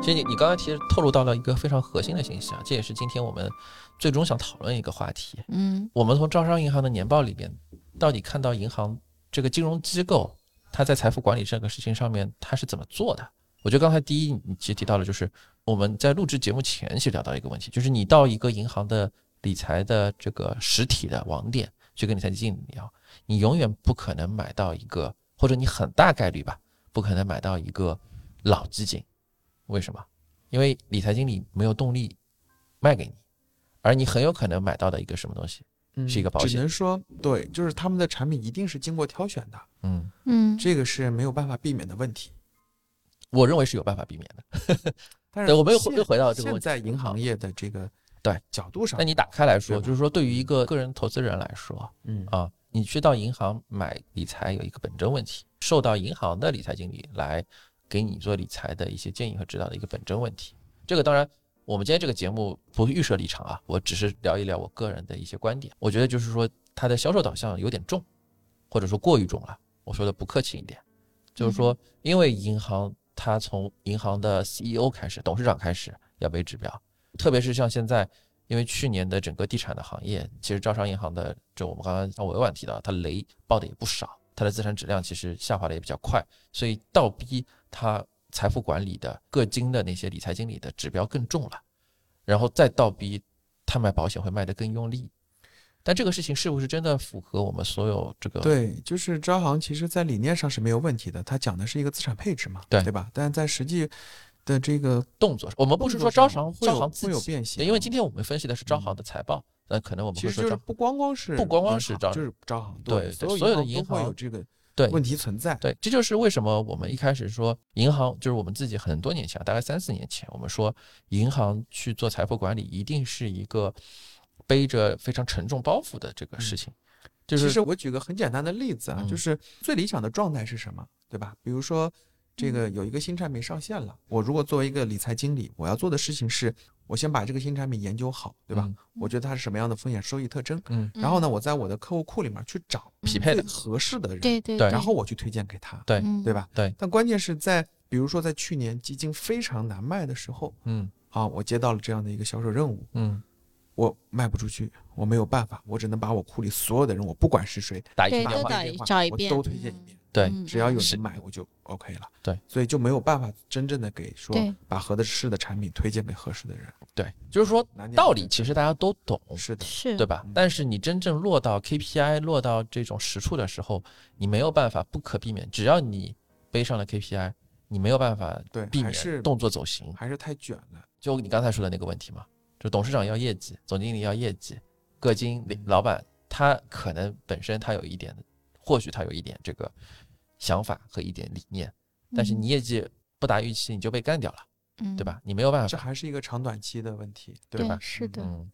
[SPEAKER 2] 其实你你刚才其实透露到了一个非常核心的信息啊，这也是今天我们最终想讨论一个话题。
[SPEAKER 4] 嗯
[SPEAKER 2] 我们从招商银行的年报里边，到底看到银行这个金融机构，它在财富管理这个事情上面，它是怎么做的？我觉得刚才第一，你其实提到了，就是我们在录制节目前，其实聊到一个问题，就是你到一个银行的理财的这个实体的网点去跟理财基金聊，你永远不可能买到一个，或者你很大概率吧，不可能买到一个老基金。为什么？因为理财经理没有动力卖给你，而你很有可能买到的一个什么东西，
[SPEAKER 3] 嗯
[SPEAKER 2] 是一个保
[SPEAKER 3] 只
[SPEAKER 2] 险
[SPEAKER 3] 能说，对，就是他们的产品一定是经过挑选的，
[SPEAKER 2] 嗯，
[SPEAKER 4] 嗯，
[SPEAKER 3] 这个是没有办法避免的问题。
[SPEAKER 2] 我认为是有办法避免的。
[SPEAKER 3] 但是
[SPEAKER 2] 对，我们又回
[SPEAKER 3] 现
[SPEAKER 2] 又回到这个
[SPEAKER 3] 现
[SPEAKER 2] 问题。
[SPEAKER 3] 在银行业的这个
[SPEAKER 2] 对
[SPEAKER 3] 角度上
[SPEAKER 2] 那，你打开来
[SPEAKER 3] 对
[SPEAKER 2] 说，
[SPEAKER 3] 吧
[SPEAKER 2] 就是说对于一个个人投资人来说
[SPEAKER 3] 嗯
[SPEAKER 2] 啊，你去到银行买理财有一个本真问题，受到银行的理财经理来给你做理财的一些建议和指导的一个本真问题。这个当然，我们今天这个节目不预设立场啊，我只是聊一聊我个人的一些观点。我觉得就是说它的销售导向有点重，或者说过于重了。我说的不客气一点，就是说，因为银行它从银行的 CEO 开始，董事长开始要被指标，特别是像现在，因为去年的整个地产的行业，其实招商银行的，就我们刚刚像委婉提到，它雷爆的也不少，它的资产质量其实下滑的也比较快，所以倒逼它财富管理的各金的那些理财经理的指标更重了，然后再倒逼它卖保险会卖得更用力。但这个事情是不是真的符合我们所有这个
[SPEAKER 3] 对，就是招行其实在理念上是没有问题的，它讲的是一个资产配置嘛，
[SPEAKER 2] 对
[SPEAKER 3] 对吧？但在实际的这个
[SPEAKER 2] 动作上？我们不是说招
[SPEAKER 3] 动作上
[SPEAKER 2] 行
[SPEAKER 3] 会
[SPEAKER 2] 招行
[SPEAKER 3] 有
[SPEAKER 2] 自
[SPEAKER 3] 会有
[SPEAKER 2] 己
[SPEAKER 3] 变形，
[SPEAKER 2] 对，因为今天我们分析的是招行的财报，那可能我们
[SPEAKER 3] 嗯其
[SPEAKER 2] 会
[SPEAKER 3] 实
[SPEAKER 2] 说
[SPEAKER 3] 就是
[SPEAKER 2] 招
[SPEAKER 3] 不光光是
[SPEAKER 2] 不光光
[SPEAKER 3] 银
[SPEAKER 2] 是
[SPEAKER 3] 行
[SPEAKER 2] 招
[SPEAKER 3] 就是招行，
[SPEAKER 2] 对
[SPEAKER 3] 所
[SPEAKER 2] 所有的银
[SPEAKER 3] 银都会
[SPEAKER 2] 行
[SPEAKER 3] 有这个
[SPEAKER 2] 对
[SPEAKER 3] 问题存在，
[SPEAKER 2] 对，这就是为什么我们一开始说银行，就是我们自己很多年前，大概三四年前，我们说银行去做财富管理，一定是一个背着非常沉重包袱的这个事情，就
[SPEAKER 3] 嗯其
[SPEAKER 2] 是
[SPEAKER 3] 实我举个很简单的例子啊，
[SPEAKER 2] 嗯
[SPEAKER 3] 就是最理想的状态是什么，对吧？比如说这个
[SPEAKER 2] 嗯
[SPEAKER 3] 有一个新产品上线了，我如果作为一个理财经理，我要做的事情是，我先把这个新产品研究好，对吧？
[SPEAKER 2] 嗯
[SPEAKER 3] 我觉得它是什么样的风险收益特征，
[SPEAKER 2] 嗯
[SPEAKER 3] 然后呢，我在我的客户库里面去找
[SPEAKER 2] 匹配
[SPEAKER 3] 最
[SPEAKER 2] 的，
[SPEAKER 4] 嗯
[SPEAKER 3] 合适的人，
[SPEAKER 4] 对对
[SPEAKER 2] 对嗯
[SPEAKER 3] 然后我去推荐给他，
[SPEAKER 2] 对
[SPEAKER 4] 嗯
[SPEAKER 3] 对？吧？
[SPEAKER 2] 对
[SPEAKER 3] 但关键是在比如说在去年基金非常难卖的时候
[SPEAKER 2] 嗯
[SPEAKER 3] 啊，我接到了这样的一个销售任务，
[SPEAKER 2] 嗯，
[SPEAKER 3] 我卖不出去，我没有办法，我只能把我库里所有的人，我不管是谁，
[SPEAKER 2] 打一
[SPEAKER 4] 对
[SPEAKER 2] 通
[SPEAKER 4] 都
[SPEAKER 2] 电话，
[SPEAKER 3] 打
[SPEAKER 4] 打
[SPEAKER 3] 一
[SPEAKER 4] 一
[SPEAKER 3] 遍
[SPEAKER 4] 找一
[SPEAKER 3] 我
[SPEAKER 4] 遍
[SPEAKER 3] 都推荐一遍。
[SPEAKER 2] 对
[SPEAKER 4] 嗯
[SPEAKER 3] 只要有
[SPEAKER 2] 是
[SPEAKER 3] 人买我就 OK 了。
[SPEAKER 2] 对，
[SPEAKER 3] 所以就没有办法真正的给说
[SPEAKER 4] 对
[SPEAKER 3] 把合适的产品推荐给合适的人。
[SPEAKER 2] 对，就是说
[SPEAKER 3] 难点
[SPEAKER 2] 道
[SPEAKER 3] 在
[SPEAKER 2] 理
[SPEAKER 3] 这
[SPEAKER 2] 其实大家都懂，
[SPEAKER 3] 是的，
[SPEAKER 4] 是
[SPEAKER 2] 对吧
[SPEAKER 3] 嗯？
[SPEAKER 2] 但是你真正落到 KPI、落到这种实处的时候，你没有办法不可避免。只要你背上了 KPI，你没有办法
[SPEAKER 3] 对
[SPEAKER 2] 避
[SPEAKER 3] 还是
[SPEAKER 2] 免动作走形。
[SPEAKER 3] 还是太卷了。
[SPEAKER 2] 就你刚才说的那个问题嘛，就董事长要业绩，总经理要业绩，各经理老板他可能本身他有一点，或许他有一点这个想法和一点理念，但
[SPEAKER 4] 嗯
[SPEAKER 2] 是你业绩不达预期，你就被干掉了，对？吧？你没有办
[SPEAKER 3] 这
[SPEAKER 2] 法，
[SPEAKER 3] 还是一个长短期的问题，
[SPEAKER 4] 对
[SPEAKER 3] 吧？
[SPEAKER 4] 是的
[SPEAKER 2] 嗯。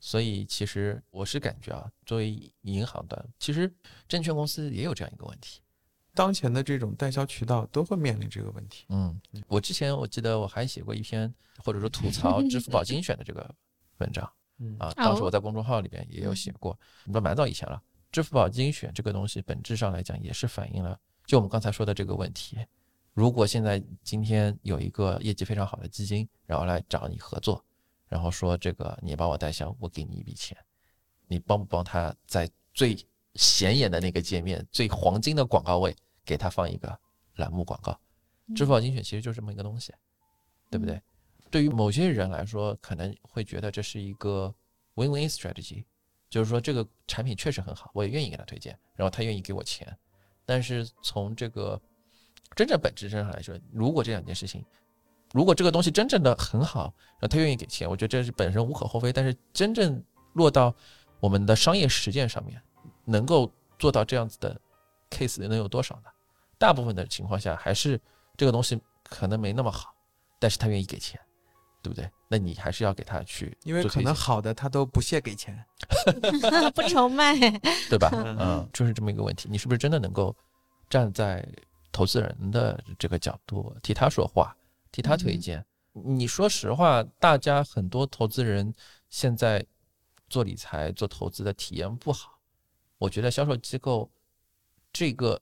[SPEAKER 2] 所以其实我是感觉啊，作为银行端，其实证券公司也有这样一个问题。
[SPEAKER 3] 当前的这种代销渠道都会面临这个问题。
[SPEAKER 2] 嗯，我之前我记得我还写过一篇或者说吐槽支付宝精选的这个文章。
[SPEAKER 3] 嗯
[SPEAKER 2] 啊，当时
[SPEAKER 4] 哦
[SPEAKER 2] 我嗯在公众号里边也有写过，那蛮早以前了。支付宝精选这个东西本质上来讲也是反映了，就我们刚才说的这个问题。如果现在今天有一个业绩非常好的基金，然后来找你合作，然后说这个你帮我代销，我给你一笔钱，你帮不帮他在最显眼的那个界面、最黄金的广告位给他放一个栏目广告？支付宝精选其实就是这么一个东西，对不对？对于某些人来说，可能会觉得这是一个 win-win strategy，就是说这个产品确实很好，我也愿意给他推荐，然后他愿意给我钱。但是从这个真正本质上来说，如果这两件事情，如果这个东西真正的很好，然后他愿意给钱，我觉得这是本身无可厚非。但是真正落到我们的商业实践上面，能够做到这样子的 case 能有多少呢？大部分的情况下，还是这个东西可能没那么好，但是他愿意给钱，对不对？那你还是要给他去做推荐，
[SPEAKER 3] 因为可能好的他都不屑给钱，
[SPEAKER 4] 嗯 不愁卖，
[SPEAKER 2] 对吧？
[SPEAKER 3] 嗯
[SPEAKER 2] 嗯，就是这么一个问题，你是不是真的能够站在投资人的这个角度替他说话，替他推荐？
[SPEAKER 3] 嗯
[SPEAKER 2] 你说实话，大家很多投资人现在做理财、做投资的体验不好，我觉得销售机构这个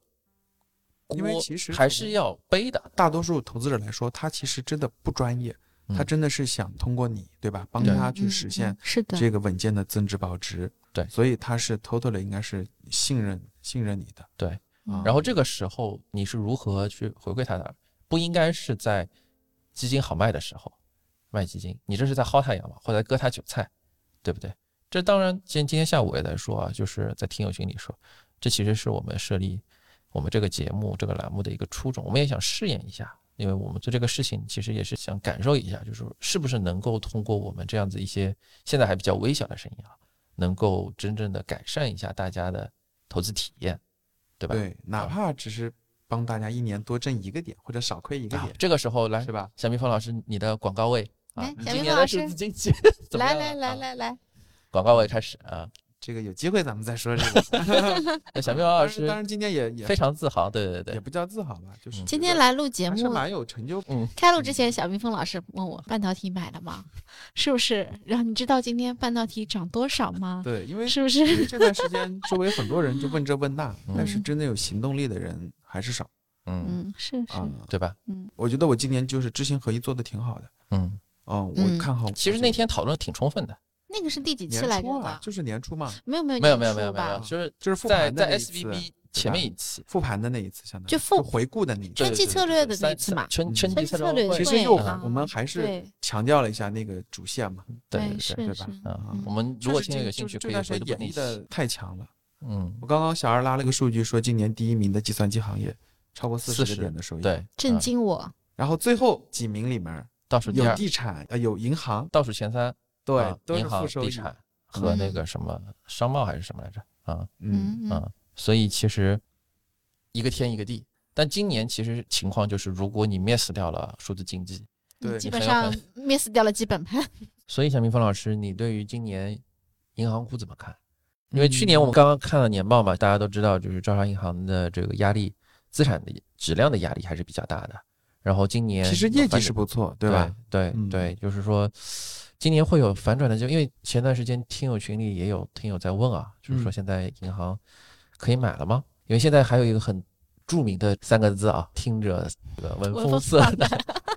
[SPEAKER 2] 锅
[SPEAKER 3] 因为其实
[SPEAKER 2] 还
[SPEAKER 3] 从
[SPEAKER 2] 是要背的，
[SPEAKER 3] 大多数投资者来说，他其实真的不专业，
[SPEAKER 2] 嗯
[SPEAKER 3] 他真的是想通过你，对吧？ 帮
[SPEAKER 2] 对
[SPEAKER 3] 他去实
[SPEAKER 4] 嗯
[SPEAKER 3] 现
[SPEAKER 4] 嗯是的，
[SPEAKER 3] 这个稳健的增值保值。
[SPEAKER 2] 对
[SPEAKER 3] 所以他是 totally 应该是信任信任你的。
[SPEAKER 2] 对，
[SPEAKER 3] 啊
[SPEAKER 2] 然后这个时候你是如何去回馈他的？不应该是在基金好卖的时候卖基金，你这是在薅他羊毛，或者在割他韭菜，对不对？这当然，今今天下午我也在说啊，就是在听友群里说，这其实是我们设立我们这个节目这个栏目的一个初衷，我们也想试验一下，因为我们做这个事情其实也是想感受一下，就是说是不是能够通过我们这样子一些现在还比较微小的声音啊，能够真正的改善一下大家的投资体验，对吧？啊
[SPEAKER 3] 对，哪怕只是帮大家一年多挣一个点或者少亏一个
[SPEAKER 2] 啊
[SPEAKER 3] 点，
[SPEAKER 2] 这个时候来
[SPEAKER 3] 是，吧？
[SPEAKER 2] 小蜜蜂老师，你的广告位啊
[SPEAKER 4] 来，
[SPEAKER 2] 你
[SPEAKER 4] 小
[SPEAKER 2] 今
[SPEAKER 4] 蜜
[SPEAKER 2] 年
[SPEAKER 4] 蜂老
[SPEAKER 2] 的数
[SPEAKER 4] 师
[SPEAKER 2] 字经 济怎么
[SPEAKER 4] 来
[SPEAKER 2] 样
[SPEAKER 4] 来
[SPEAKER 2] 啊
[SPEAKER 4] 来
[SPEAKER 2] 啊
[SPEAKER 4] 来
[SPEAKER 3] 嗯
[SPEAKER 4] 来，
[SPEAKER 2] 广告位开始啊。
[SPEAKER 3] 这个有机会咱们再说这 个。
[SPEAKER 2] 那小蜜蜂老
[SPEAKER 3] 当然当
[SPEAKER 2] 师
[SPEAKER 3] 然今天也也
[SPEAKER 2] 啊非常自豪，对对
[SPEAKER 3] 也
[SPEAKER 2] 对，
[SPEAKER 3] 不叫自豪吧，就是
[SPEAKER 2] 嗯
[SPEAKER 4] 今天来录节
[SPEAKER 3] 还是
[SPEAKER 4] 目，
[SPEAKER 3] 蛮有成就感。
[SPEAKER 2] 嗯，
[SPEAKER 4] 开录之前，小蜜蜂老师问我半导体买了吗？是不是？然后你知道今天半导体涨多少吗？
[SPEAKER 3] 对，因为嗯
[SPEAKER 4] 是不
[SPEAKER 3] 因
[SPEAKER 4] 是？
[SPEAKER 3] 为这段时间周围很多人就问这问那，
[SPEAKER 2] 嗯
[SPEAKER 3] 但是真的有行动力的人还是少
[SPEAKER 2] 嗯，
[SPEAKER 4] 嗯，是是，嗯
[SPEAKER 3] 啊。
[SPEAKER 2] 对吧？
[SPEAKER 3] 我觉得我今年就是知行合一做的挺好的。
[SPEAKER 2] 嗯，
[SPEAKER 3] 嗯，
[SPEAKER 4] 嗯
[SPEAKER 3] 我看好。
[SPEAKER 2] 其实那天讨论挺充分的，
[SPEAKER 4] 那个是第几
[SPEAKER 3] 年
[SPEAKER 4] 次来着
[SPEAKER 3] 初
[SPEAKER 4] 的
[SPEAKER 3] 啊，？就是年初嘛，
[SPEAKER 4] 没有没有
[SPEAKER 2] 没有
[SPEAKER 4] 年
[SPEAKER 2] 没有
[SPEAKER 4] 初
[SPEAKER 2] 没有没有，
[SPEAKER 4] 吧
[SPEAKER 2] 就是
[SPEAKER 3] 就是复
[SPEAKER 2] 在
[SPEAKER 3] 盘的那
[SPEAKER 2] 在
[SPEAKER 3] 一次，
[SPEAKER 2] SVB 前面一期，
[SPEAKER 3] 复盘的那一次，相当于
[SPEAKER 4] 就复
[SPEAKER 3] 回顾的那一次。
[SPEAKER 2] 对
[SPEAKER 4] 春
[SPEAKER 2] 对
[SPEAKER 4] 季
[SPEAKER 2] 对
[SPEAKER 4] 策略的
[SPEAKER 2] 三
[SPEAKER 4] 那次嘛
[SPEAKER 2] 春
[SPEAKER 3] 嗯
[SPEAKER 2] 春季
[SPEAKER 4] 春季
[SPEAKER 2] 策
[SPEAKER 4] 策略
[SPEAKER 2] 会
[SPEAKER 3] 其
[SPEAKER 4] 对
[SPEAKER 3] 实又
[SPEAKER 4] 啊
[SPEAKER 3] 我们还是
[SPEAKER 4] 对
[SPEAKER 3] 强调了一下那个主线嘛。
[SPEAKER 2] 对
[SPEAKER 4] 哎
[SPEAKER 2] 对
[SPEAKER 4] 是
[SPEAKER 2] 对，
[SPEAKER 3] 对
[SPEAKER 4] 是
[SPEAKER 3] 吧，
[SPEAKER 2] 啊
[SPEAKER 4] 嗯，
[SPEAKER 2] 我们如果
[SPEAKER 3] 就是
[SPEAKER 2] 听友有
[SPEAKER 3] 这
[SPEAKER 2] 兴
[SPEAKER 3] 就
[SPEAKER 2] 趣，
[SPEAKER 3] 是
[SPEAKER 2] 可
[SPEAKER 3] 这
[SPEAKER 2] 以
[SPEAKER 3] 段时
[SPEAKER 2] 回
[SPEAKER 3] 间
[SPEAKER 2] 顾
[SPEAKER 3] 演
[SPEAKER 2] 那
[SPEAKER 3] 绎
[SPEAKER 2] 期
[SPEAKER 3] 的。太强了。
[SPEAKER 2] 嗯，
[SPEAKER 3] 我刚刚小二拉了个数据，说今年第一名的计算机行业超过四十
[SPEAKER 2] 40
[SPEAKER 3] 个点的收益。，
[SPEAKER 2] 对，
[SPEAKER 4] 震
[SPEAKER 2] 嗯，
[SPEAKER 4] 惊我，
[SPEAKER 3] 然后最后几名里面
[SPEAKER 2] 倒数第
[SPEAKER 3] 有
[SPEAKER 2] 二，
[SPEAKER 3] 地产，呃，有银行，
[SPEAKER 2] 倒数前三，
[SPEAKER 3] 对，
[SPEAKER 2] 啊
[SPEAKER 3] 都是
[SPEAKER 2] 银行、
[SPEAKER 3] 负收
[SPEAKER 2] 地
[SPEAKER 3] 益。
[SPEAKER 2] 产和那
[SPEAKER 4] 嗯
[SPEAKER 2] 个什么商贸还是什么来着啊？
[SPEAKER 3] 嗯，
[SPEAKER 4] 嗯
[SPEAKER 2] 啊，所以其实一个天一个地。但今年其实情况就是，如果你 miss 掉了数字经济，
[SPEAKER 3] 对
[SPEAKER 4] 基本
[SPEAKER 2] 很有
[SPEAKER 4] 上 miss 掉了基本盘，
[SPEAKER 2] 所以小蜜蜂老师，你对于今年银行股怎么看？因为去年我
[SPEAKER 3] 嗯
[SPEAKER 2] 们刚刚看了年报嘛，大家都知道，就是招商银行的这个压力，资产的质量的压力还是比较大的。然后今年
[SPEAKER 3] 其实业绩
[SPEAKER 2] 反
[SPEAKER 3] 是
[SPEAKER 2] 转
[SPEAKER 3] 不错，对吧？？
[SPEAKER 2] 对
[SPEAKER 3] 嗯
[SPEAKER 2] 对，就是说今年会有反转的，就因为前段时间听友群里也有听友在问啊，就是说
[SPEAKER 3] 嗯
[SPEAKER 2] 现在银行可以买了吗？因为现在还有一个很著名的三个字啊，听着这个闻
[SPEAKER 4] 闻
[SPEAKER 2] 风
[SPEAKER 4] 风
[SPEAKER 2] 丧胆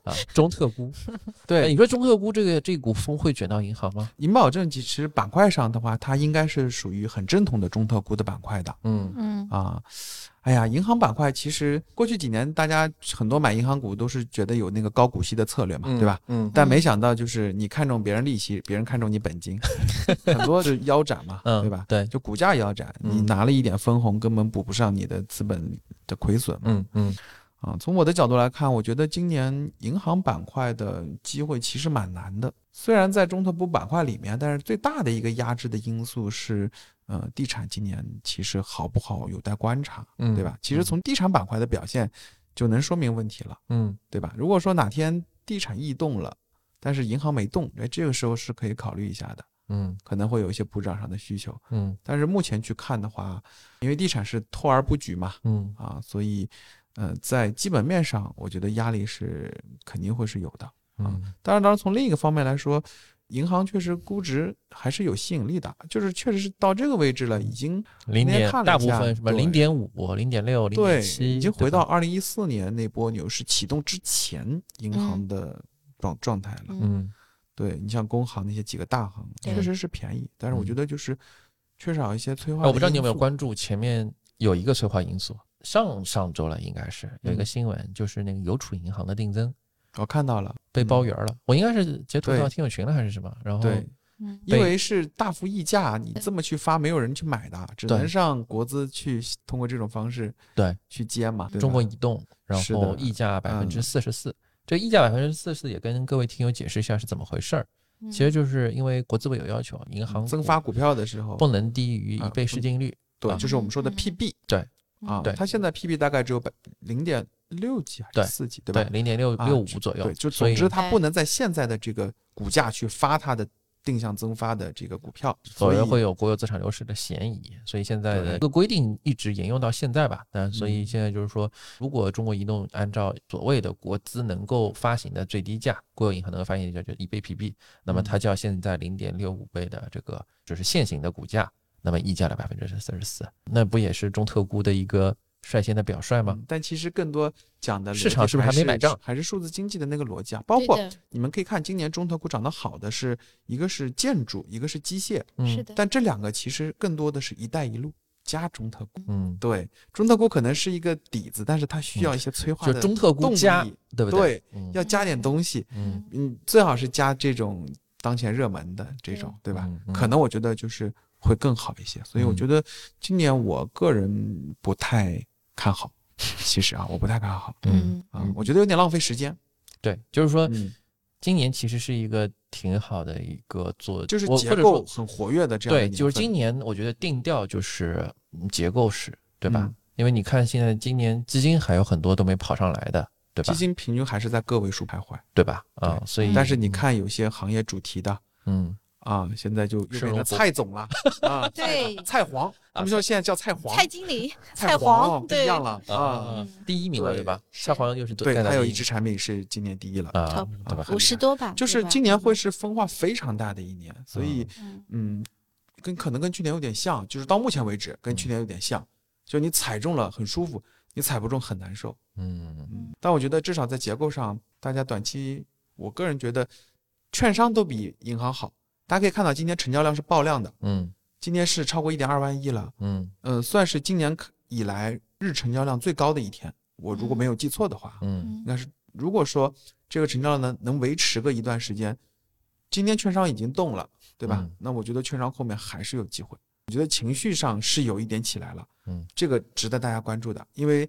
[SPEAKER 2] 啊，中特估。哎
[SPEAKER 3] 对，
[SPEAKER 2] 你说中特估这个这股风会卷到银行吗？
[SPEAKER 3] 银保证其实板块上的话，它应该是属于很正统的中特估的板块的
[SPEAKER 2] 嗯
[SPEAKER 4] 嗯，
[SPEAKER 3] 啊。哎呀，银行板块其实过去几年大家很多买银行股都是觉得有那个高股息的策略嘛，对吧？？
[SPEAKER 2] 嗯
[SPEAKER 3] 但没想到就是你看中别人利息，别人看中你 本金，很多是腰斩嘛，
[SPEAKER 2] 嗯，
[SPEAKER 3] 对吧？
[SPEAKER 2] 对，
[SPEAKER 3] 就股价腰斩，你
[SPEAKER 2] 嗯
[SPEAKER 3] 拿了一点分红，根本补不上你的资本的亏损嘛。
[SPEAKER 2] 嗯嗯
[SPEAKER 3] 啊，从我的角度来看，我觉得今年银行板块的机会其实蛮难的。虽然在中特估板块里面，但是最大的一个压制的因素是，呃，地产今年其实好不好有待观察，
[SPEAKER 2] 嗯，
[SPEAKER 3] 对吧？其实从地产板块的表现就能说明问题了，
[SPEAKER 2] 嗯
[SPEAKER 3] 对吧？如果说哪天地产异动了，但是银行没动，哎，这个时候是可以考虑一下的，
[SPEAKER 2] 嗯
[SPEAKER 3] 可能会有一些补涨上的需求。
[SPEAKER 2] 嗯
[SPEAKER 3] 但是目前去看的话，因为地产是透而不举嘛，
[SPEAKER 2] 嗯
[SPEAKER 3] 啊，所以，呃，在基本面上，我觉得压力是肯定会是有的。
[SPEAKER 2] 嗯
[SPEAKER 3] 当然，当然从另一个方面来说，银行确实估值还是有吸引力的，就是确实是到这个位置了，已经
[SPEAKER 2] 零
[SPEAKER 3] 那天
[SPEAKER 2] 点
[SPEAKER 3] 看了
[SPEAKER 2] 大
[SPEAKER 3] 一
[SPEAKER 2] 部
[SPEAKER 3] 下
[SPEAKER 2] 分什么
[SPEAKER 3] 对
[SPEAKER 2] 零点五、零点六、零
[SPEAKER 3] 对
[SPEAKER 2] 点，七，
[SPEAKER 3] 已经
[SPEAKER 2] 对
[SPEAKER 3] 回
[SPEAKER 2] 吧
[SPEAKER 3] 到二零一四年那波牛市启动之前银行的状状态了。
[SPEAKER 2] 嗯
[SPEAKER 3] 对你像工行那些几个大行，
[SPEAKER 4] 对
[SPEAKER 3] 确实是便宜，但是我觉得就是缺少一些催化、
[SPEAKER 2] 嗯哎，我不知道你有没有，关注前面有一个催化因素，上上周了应该是有一个
[SPEAKER 3] 嗯
[SPEAKER 2] 新闻，就是那个邮储银行的定增
[SPEAKER 3] 我看到了，
[SPEAKER 2] 被
[SPEAKER 3] 嗯
[SPEAKER 2] 包圆了，我应该是截图
[SPEAKER 3] 对
[SPEAKER 2] 到听友群了还是什么，然后
[SPEAKER 3] 对。
[SPEAKER 4] 嗯
[SPEAKER 3] 因
[SPEAKER 2] 被
[SPEAKER 3] 为是大幅溢价，你这么去发，没有人去买的，只
[SPEAKER 2] 对
[SPEAKER 3] 能让国资去通过这种方式
[SPEAKER 2] 对
[SPEAKER 3] 去接嘛。对吧
[SPEAKER 2] 中国移动，然
[SPEAKER 3] 是的嗯
[SPEAKER 2] 后溢价百分之四十四。这溢价百分之四十四也跟各位听友解释一下是怎么回事儿，
[SPEAKER 4] 嗯
[SPEAKER 2] 其实就是因为国资委有要求，银行
[SPEAKER 3] 增
[SPEAKER 2] 股
[SPEAKER 3] 发股票的时候，
[SPEAKER 2] 不能低于
[SPEAKER 3] 啊
[SPEAKER 2] 一倍市净率，
[SPEAKER 3] 对，
[SPEAKER 2] 啊
[SPEAKER 3] 就是我们说的
[SPEAKER 4] 嗯
[SPEAKER 3] PB 啊，
[SPEAKER 2] 对
[SPEAKER 3] 它现在 PB 大概只有百零点六几还
[SPEAKER 2] 对
[SPEAKER 3] 是四几，对
[SPEAKER 2] 对
[SPEAKER 3] 吧，？
[SPEAKER 2] 零点六
[SPEAKER 3] 啊
[SPEAKER 2] 六五左右。
[SPEAKER 3] 对，就
[SPEAKER 2] 所
[SPEAKER 3] 总
[SPEAKER 2] 以
[SPEAKER 3] 之它不能在现在的这个股价去发它的定向增发的这个股票，
[SPEAKER 2] 否
[SPEAKER 3] 所以
[SPEAKER 2] 则会有国有资产流失的嫌疑。所以现在的
[SPEAKER 3] 对嗯
[SPEAKER 2] 这个规定一直沿用到现在吧。那所以现在就是说，如果中国移动按照所谓的国资能够发行的最低价，国有银行能够发行的就一倍 PB，那么它
[SPEAKER 3] 嗯
[SPEAKER 2] 就要现在零点六五倍的这个就是现行的股价，那么溢价了百分之四十四，那不也是中特估的一个率先的表率吗？
[SPEAKER 3] 嗯但其实更多讲的
[SPEAKER 2] 市
[SPEAKER 3] 逻辑
[SPEAKER 2] 场是不是还没
[SPEAKER 3] 是
[SPEAKER 2] 买账
[SPEAKER 3] 还是数字经济的那个逻辑啊？包
[SPEAKER 4] 对
[SPEAKER 3] 括
[SPEAKER 4] 的
[SPEAKER 3] 你们可以看今年中特估涨得好的是一个是建筑，一个是机械。
[SPEAKER 4] 是
[SPEAKER 2] 嗯
[SPEAKER 4] 的，
[SPEAKER 3] 但这两个其实更多的是一带一路加中特估。
[SPEAKER 2] 嗯，
[SPEAKER 3] 对，中特估可能是一个底子，但是它需要一些催化
[SPEAKER 2] 嗯就
[SPEAKER 3] 的，
[SPEAKER 2] 中特估
[SPEAKER 3] 动力
[SPEAKER 2] 加，对不对？
[SPEAKER 3] 对，
[SPEAKER 2] 嗯
[SPEAKER 3] 要加点东西，
[SPEAKER 2] 嗯，
[SPEAKER 3] 嗯，最好是加这种当前热门的这种，对吧？
[SPEAKER 2] 嗯？嗯
[SPEAKER 3] 可能我觉得就是会更好一些，所以我
[SPEAKER 2] 嗯
[SPEAKER 3] 觉得今年我个人不太看好，其实啊，我不太看好
[SPEAKER 2] 嗯，
[SPEAKER 3] 啊
[SPEAKER 2] 嗯，
[SPEAKER 3] 我觉得有点浪费时间，
[SPEAKER 2] 对，就是说
[SPEAKER 3] 嗯，
[SPEAKER 2] 今年其实是一个挺好的一个做，
[SPEAKER 3] 就是
[SPEAKER 2] 我
[SPEAKER 3] 结
[SPEAKER 2] 或者说
[SPEAKER 3] 构很活跃的这样的
[SPEAKER 2] 对，就是
[SPEAKER 3] 年份
[SPEAKER 2] 今年我觉得定调就是嗯结构式，对吧？
[SPEAKER 3] 嗯
[SPEAKER 2] 因为你看现在今年基金还有很多都没跑上来的，对吧
[SPEAKER 3] 基？金平均还是在个位数徘徊，
[SPEAKER 2] 对吧？啊，所以
[SPEAKER 3] 但是你，看有些行业主题的，
[SPEAKER 2] 嗯，
[SPEAKER 3] 啊，现在就又
[SPEAKER 2] 是
[SPEAKER 3] 变
[SPEAKER 2] 龙虎
[SPEAKER 3] 成蔡总了 啊，
[SPEAKER 4] 对
[SPEAKER 3] 蔡黄，他们说现在叫
[SPEAKER 2] 嗯
[SPEAKER 3] 蔡黄，
[SPEAKER 4] 蔡经理、
[SPEAKER 3] 蔡
[SPEAKER 4] 黄，
[SPEAKER 3] 不一
[SPEAKER 4] 对，
[SPEAKER 3] 样了啊。
[SPEAKER 2] 啊，第一名了，
[SPEAKER 3] 对
[SPEAKER 2] 对吧？
[SPEAKER 4] 是
[SPEAKER 2] 下黄又是
[SPEAKER 3] 对，
[SPEAKER 2] 干到
[SPEAKER 3] 它有
[SPEAKER 2] 第
[SPEAKER 3] 一支产品是今年第一了，
[SPEAKER 2] 啊，
[SPEAKER 4] Top
[SPEAKER 2] 对吧？
[SPEAKER 3] 很
[SPEAKER 4] 五
[SPEAKER 3] 厉
[SPEAKER 4] 十
[SPEAKER 3] 害
[SPEAKER 4] 多吧，
[SPEAKER 3] 就是
[SPEAKER 4] 对吧
[SPEAKER 3] 今年会是分化非常大的一年，所以
[SPEAKER 2] 啊
[SPEAKER 4] 嗯
[SPEAKER 3] 嗯，跟可能跟去年有点像，就是到目前为止跟去
[SPEAKER 2] 嗯
[SPEAKER 3] 年有点像，就你踩中了很舒服，你踩不中很难受。
[SPEAKER 2] 嗯，
[SPEAKER 3] 嗯，但我觉得至少在结构上，大家短期，我个人觉得券商都比银行好。大家可以看到，今天成交量是爆量的，
[SPEAKER 2] 嗯
[SPEAKER 3] 今天是超过一点二万亿了。
[SPEAKER 2] 嗯
[SPEAKER 3] 嗯，算是今年可以来日成交量最高的一天。我如果没有记错的话，
[SPEAKER 2] 嗯
[SPEAKER 3] 应
[SPEAKER 4] 嗯
[SPEAKER 3] 该是如果说这个成交量能能维持个一段时间，今天券商已经动了，对吧？
[SPEAKER 2] 嗯
[SPEAKER 3] 那我觉得券商后面还是有机会。我觉得情绪上是有一点起来了，
[SPEAKER 2] 嗯，
[SPEAKER 3] 这个值得大家关注的，因为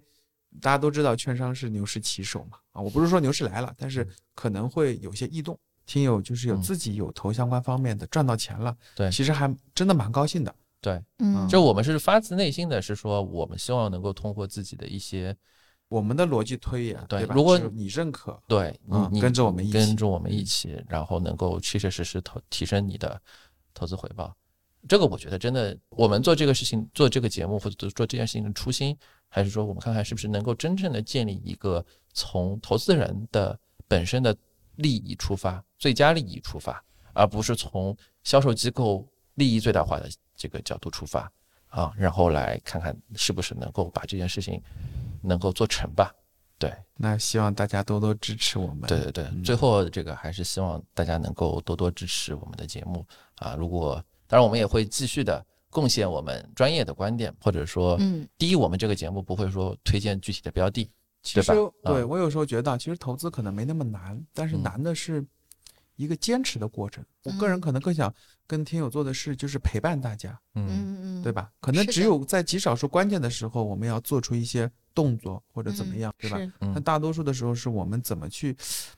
[SPEAKER 3] 大家都知道券商是牛市旗手嘛，啊，我不是说牛市来了，但是可能会有些异动。听友就是有
[SPEAKER 2] 嗯
[SPEAKER 3] 自己有投相关方面的赚到钱了，
[SPEAKER 2] 对
[SPEAKER 3] 其实还真的蛮高兴的，
[SPEAKER 2] 对，
[SPEAKER 3] 啊
[SPEAKER 4] 嗯，
[SPEAKER 2] 就我们是发自内心的，是说我们希望能够通过自己的一些
[SPEAKER 3] 我们的逻辑推演，
[SPEAKER 2] 对
[SPEAKER 3] 对吧？
[SPEAKER 2] 如果
[SPEAKER 3] 是你认可，
[SPEAKER 2] 对
[SPEAKER 3] 嗯
[SPEAKER 2] 你，你
[SPEAKER 3] 跟着我们一
[SPEAKER 2] 跟
[SPEAKER 3] 起
[SPEAKER 2] 着我们一起，然后能够切切实实投提升你的投资回报。这个我觉得真的，我们做这个事情、做这个节目或者做这件事情的初心，还是说我们看看是不是能够真正的建立一个从投资人的本身的利益出发、最佳利益出发，而不是从销售机构利益最大化的这个角度出发啊，然后来看看是不是能够把这件事情能够做成吧。对
[SPEAKER 3] 那希望大家多多支持我们。
[SPEAKER 2] 对对对，
[SPEAKER 3] 嗯
[SPEAKER 2] 最后这个还是希望大家能够多多支持我们的节目啊！如果当然我们也会继续的贡献我们专业的观点，或者说，
[SPEAKER 4] 嗯，
[SPEAKER 2] 第一，我们这个节目不会说推荐具体的标的，
[SPEAKER 3] 其实
[SPEAKER 2] 对吧啊
[SPEAKER 3] 对我有时候觉得啊，其实投资可能没那么难，但是
[SPEAKER 2] 嗯
[SPEAKER 3] 难的是一个坚持的过程。我个
[SPEAKER 4] 嗯
[SPEAKER 3] 人可能更想跟听友做的事就是陪伴大家，
[SPEAKER 2] 嗯，
[SPEAKER 4] 嗯嗯，
[SPEAKER 3] 对？吧？可能
[SPEAKER 4] 是
[SPEAKER 3] 只
[SPEAKER 4] 的
[SPEAKER 3] 有在极少数关键的时候，我们要做出一些动作或者怎么
[SPEAKER 4] 嗯
[SPEAKER 3] 样，对吧？
[SPEAKER 4] 是
[SPEAKER 2] 嗯
[SPEAKER 3] 那大多数的时候是我们怎么去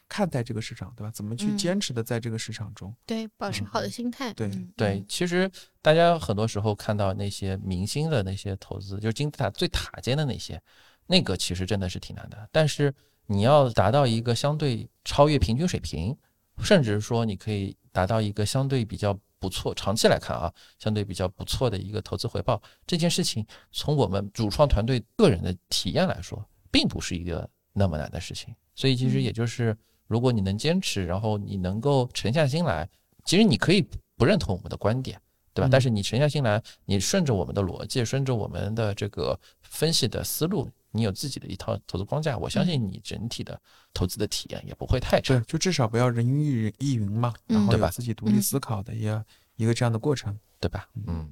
[SPEAKER 3] 看待这个市场，对吧？怎么去
[SPEAKER 4] 嗯
[SPEAKER 3] 坚持的在这个市场中？
[SPEAKER 4] 对，保持好的心态。
[SPEAKER 3] 对
[SPEAKER 4] 嗯
[SPEAKER 2] 对，，其实大家很多时候看到那些明星的那些投资，就是金字塔最塔尖的那些，那个其实真的是挺难的。但是你要达到一个相对超越平均水平，甚至说你可以达到一个相对比较不错，长期来看啊，相对比较不错的一个投资回报，这件事情从我们主创团队个人的体验来说，并不是一个那么难的事情。所以其实
[SPEAKER 4] 嗯
[SPEAKER 2] 也就是，如果你能坚持，然后你能够沉下心来，其实你可以不认同我们的观点，对吧？
[SPEAKER 3] 嗯
[SPEAKER 2] 但是你沉下心来，你顺着我们的逻辑，顺着我们的这个分析的思路，你有自己的一套投资框架，我相信你整体的投资的体验也不会太
[SPEAKER 3] 对
[SPEAKER 2] 差，。
[SPEAKER 3] 就至少不要人云亦云亦云嘛，
[SPEAKER 4] 嗯
[SPEAKER 3] 然后
[SPEAKER 2] 对
[SPEAKER 3] 有
[SPEAKER 2] 吧
[SPEAKER 3] 自己独立
[SPEAKER 4] 嗯
[SPEAKER 3] 思考的一个一个这样的过程。
[SPEAKER 2] 对吧？嗯，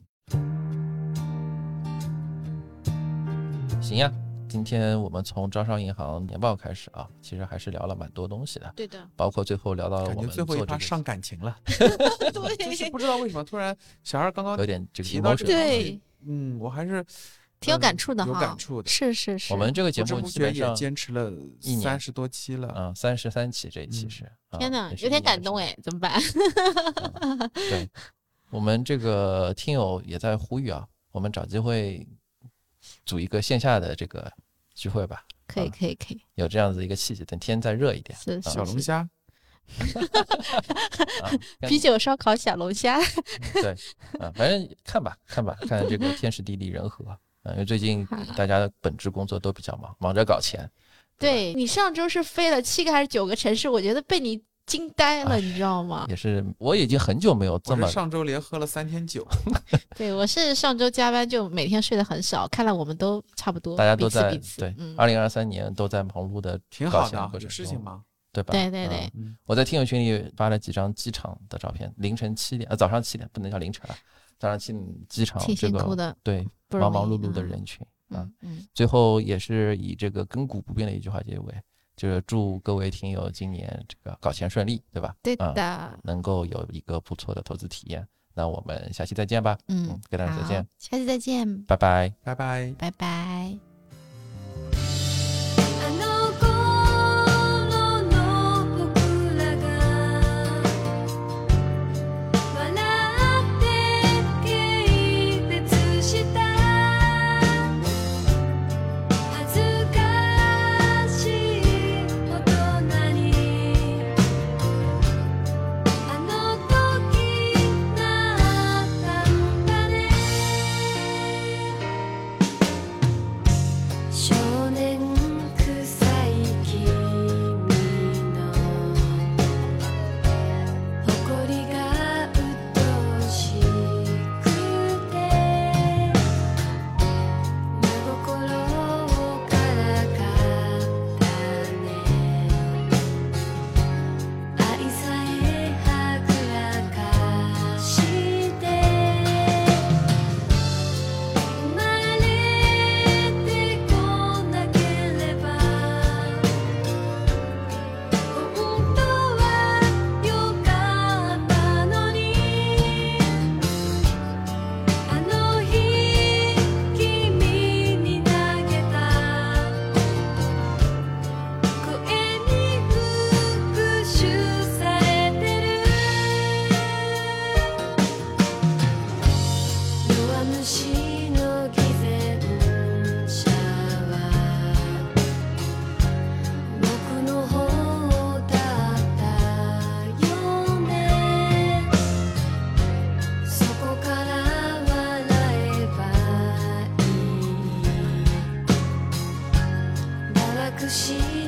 [SPEAKER 2] 行呀。今天我们从招商银行年报开始啊，其实还是聊了蛮多东西的，
[SPEAKER 4] 对的，
[SPEAKER 2] 包括最后聊到
[SPEAKER 3] 感
[SPEAKER 2] 呃我
[SPEAKER 3] 觉
[SPEAKER 2] 们
[SPEAKER 3] 最
[SPEAKER 2] 做
[SPEAKER 3] 后一
[SPEAKER 2] 这
[SPEAKER 3] 趴
[SPEAKER 2] 个
[SPEAKER 3] 上感 情了，就是
[SPEAKER 4] 对
[SPEAKER 3] 不知道为什么突然小二刚刚
[SPEAKER 2] 有点这个
[SPEAKER 3] 提到
[SPEAKER 2] emotion
[SPEAKER 3] 这。
[SPEAKER 4] 对，
[SPEAKER 3] 嗯，我还是
[SPEAKER 4] 挺有
[SPEAKER 3] 嗯
[SPEAKER 4] 感触的
[SPEAKER 3] 有
[SPEAKER 4] 哈，
[SPEAKER 3] 感触的。
[SPEAKER 4] 是是是，
[SPEAKER 2] 我们这个节
[SPEAKER 3] 不知
[SPEAKER 2] 目
[SPEAKER 3] 不
[SPEAKER 2] 基
[SPEAKER 3] 觉
[SPEAKER 2] 本
[SPEAKER 3] 也
[SPEAKER 2] 上，
[SPEAKER 3] 坚持了
[SPEAKER 2] 一年
[SPEAKER 3] 三十多期了。
[SPEAKER 2] 嗯，三十三期这一期
[SPEAKER 3] 嗯
[SPEAKER 2] 是，啊
[SPEAKER 4] 天哪
[SPEAKER 2] 也，是
[SPEAKER 4] 有
[SPEAKER 2] 一
[SPEAKER 4] 点
[SPEAKER 2] 年
[SPEAKER 4] 感
[SPEAKER 2] 的
[SPEAKER 4] 动
[SPEAKER 2] 时
[SPEAKER 4] 哎，怎么
[SPEAKER 3] 啊
[SPEAKER 4] 办？
[SPEAKER 2] 间。对，我们这个听友也在呼吁啊，我们找机会组一个线下的这个聚会吧，
[SPEAKER 4] 可以
[SPEAKER 2] 啊
[SPEAKER 4] 可以可以，
[SPEAKER 2] 有这样子一个契机，等天再热一点
[SPEAKER 4] 是
[SPEAKER 3] 小
[SPEAKER 4] 是
[SPEAKER 3] 龙
[SPEAKER 4] 是，。
[SPEAKER 3] 虾，
[SPEAKER 2] 啊
[SPEAKER 4] 啤酒烧烤小龙虾，
[SPEAKER 2] 对，啊，反正看吧，看吧，看这个天时地利人和。啊，因为最近大家的本职工作都比较忙，忙着搞钱。
[SPEAKER 4] 对你上周是飞了七个还是九个城市，我觉得被你惊呆了，
[SPEAKER 2] 哎
[SPEAKER 4] 你知道吗？
[SPEAKER 2] 也是，我已经很久没有这
[SPEAKER 3] 我
[SPEAKER 2] 么
[SPEAKER 3] 是上周连喝了三天 酒，
[SPEAKER 4] 对我是上周加班就每天睡得很少，看来我们都差不多，
[SPEAKER 2] 大家
[SPEAKER 4] 彼
[SPEAKER 2] 都
[SPEAKER 4] 此
[SPEAKER 2] 在
[SPEAKER 4] 彼此
[SPEAKER 2] 对
[SPEAKER 4] 嗯，
[SPEAKER 2] 二零二三年都在忙碌的
[SPEAKER 3] 挺
[SPEAKER 2] 搞
[SPEAKER 3] 好
[SPEAKER 2] 钱
[SPEAKER 3] 的啊，
[SPEAKER 2] 过
[SPEAKER 3] 有
[SPEAKER 2] 程
[SPEAKER 3] 事
[SPEAKER 2] 中
[SPEAKER 3] 情忙。
[SPEAKER 2] 对吧？
[SPEAKER 4] 对对
[SPEAKER 2] 嗯
[SPEAKER 4] 对，
[SPEAKER 3] 嗯，
[SPEAKER 2] 我在听友群里发了几张机场的照片，凌晨七点，呃，早上七点，不能叫凌晨了，早上七点机场
[SPEAKER 4] 挺
[SPEAKER 2] 嗯这
[SPEAKER 4] 辛苦
[SPEAKER 2] 个
[SPEAKER 4] 的，
[SPEAKER 2] 对
[SPEAKER 4] 不
[SPEAKER 2] 忙
[SPEAKER 4] 容易
[SPEAKER 2] 忙碌碌的
[SPEAKER 4] 啊
[SPEAKER 2] 人群啊
[SPEAKER 4] 嗯，嗯，
[SPEAKER 2] 最后也是以这个亘古不变的一句话结尾，就是祝各位听友今年这个搞钱顺利，对吧？
[SPEAKER 4] 对
[SPEAKER 2] 啊
[SPEAKER 4] 的，
[SPEAKER 2] 能够有一个不错的投资体验。那我们下期再见吧，
[SPEAKER 4] 嗯，
[SPEAKER 2] 跟大家再
[SPEAKER 4] 好
[SPEAKER 2] 见，，
[SPEAKER 4] 下次再见，
[SPEAKER 2] 拜拜。
[SPEAKER 3] 拜拜。
[SPEAKER 4] 拜拜。
[SPEAKER 5] 「あの頃の僕らが」「笑って軽蔑した」「恥ずかしい大人に」「あの時なったんだね」少年臭い君の誇りがうっとしくて真心をからかったね愛さえはぐらかして「生まれてこなければ」「本当はよかったのに」「あの日君に投げた」「声に復讐されてる」「弱虫の偽善者は僕の方だったよね」「そこから笑えばいい」「堕落し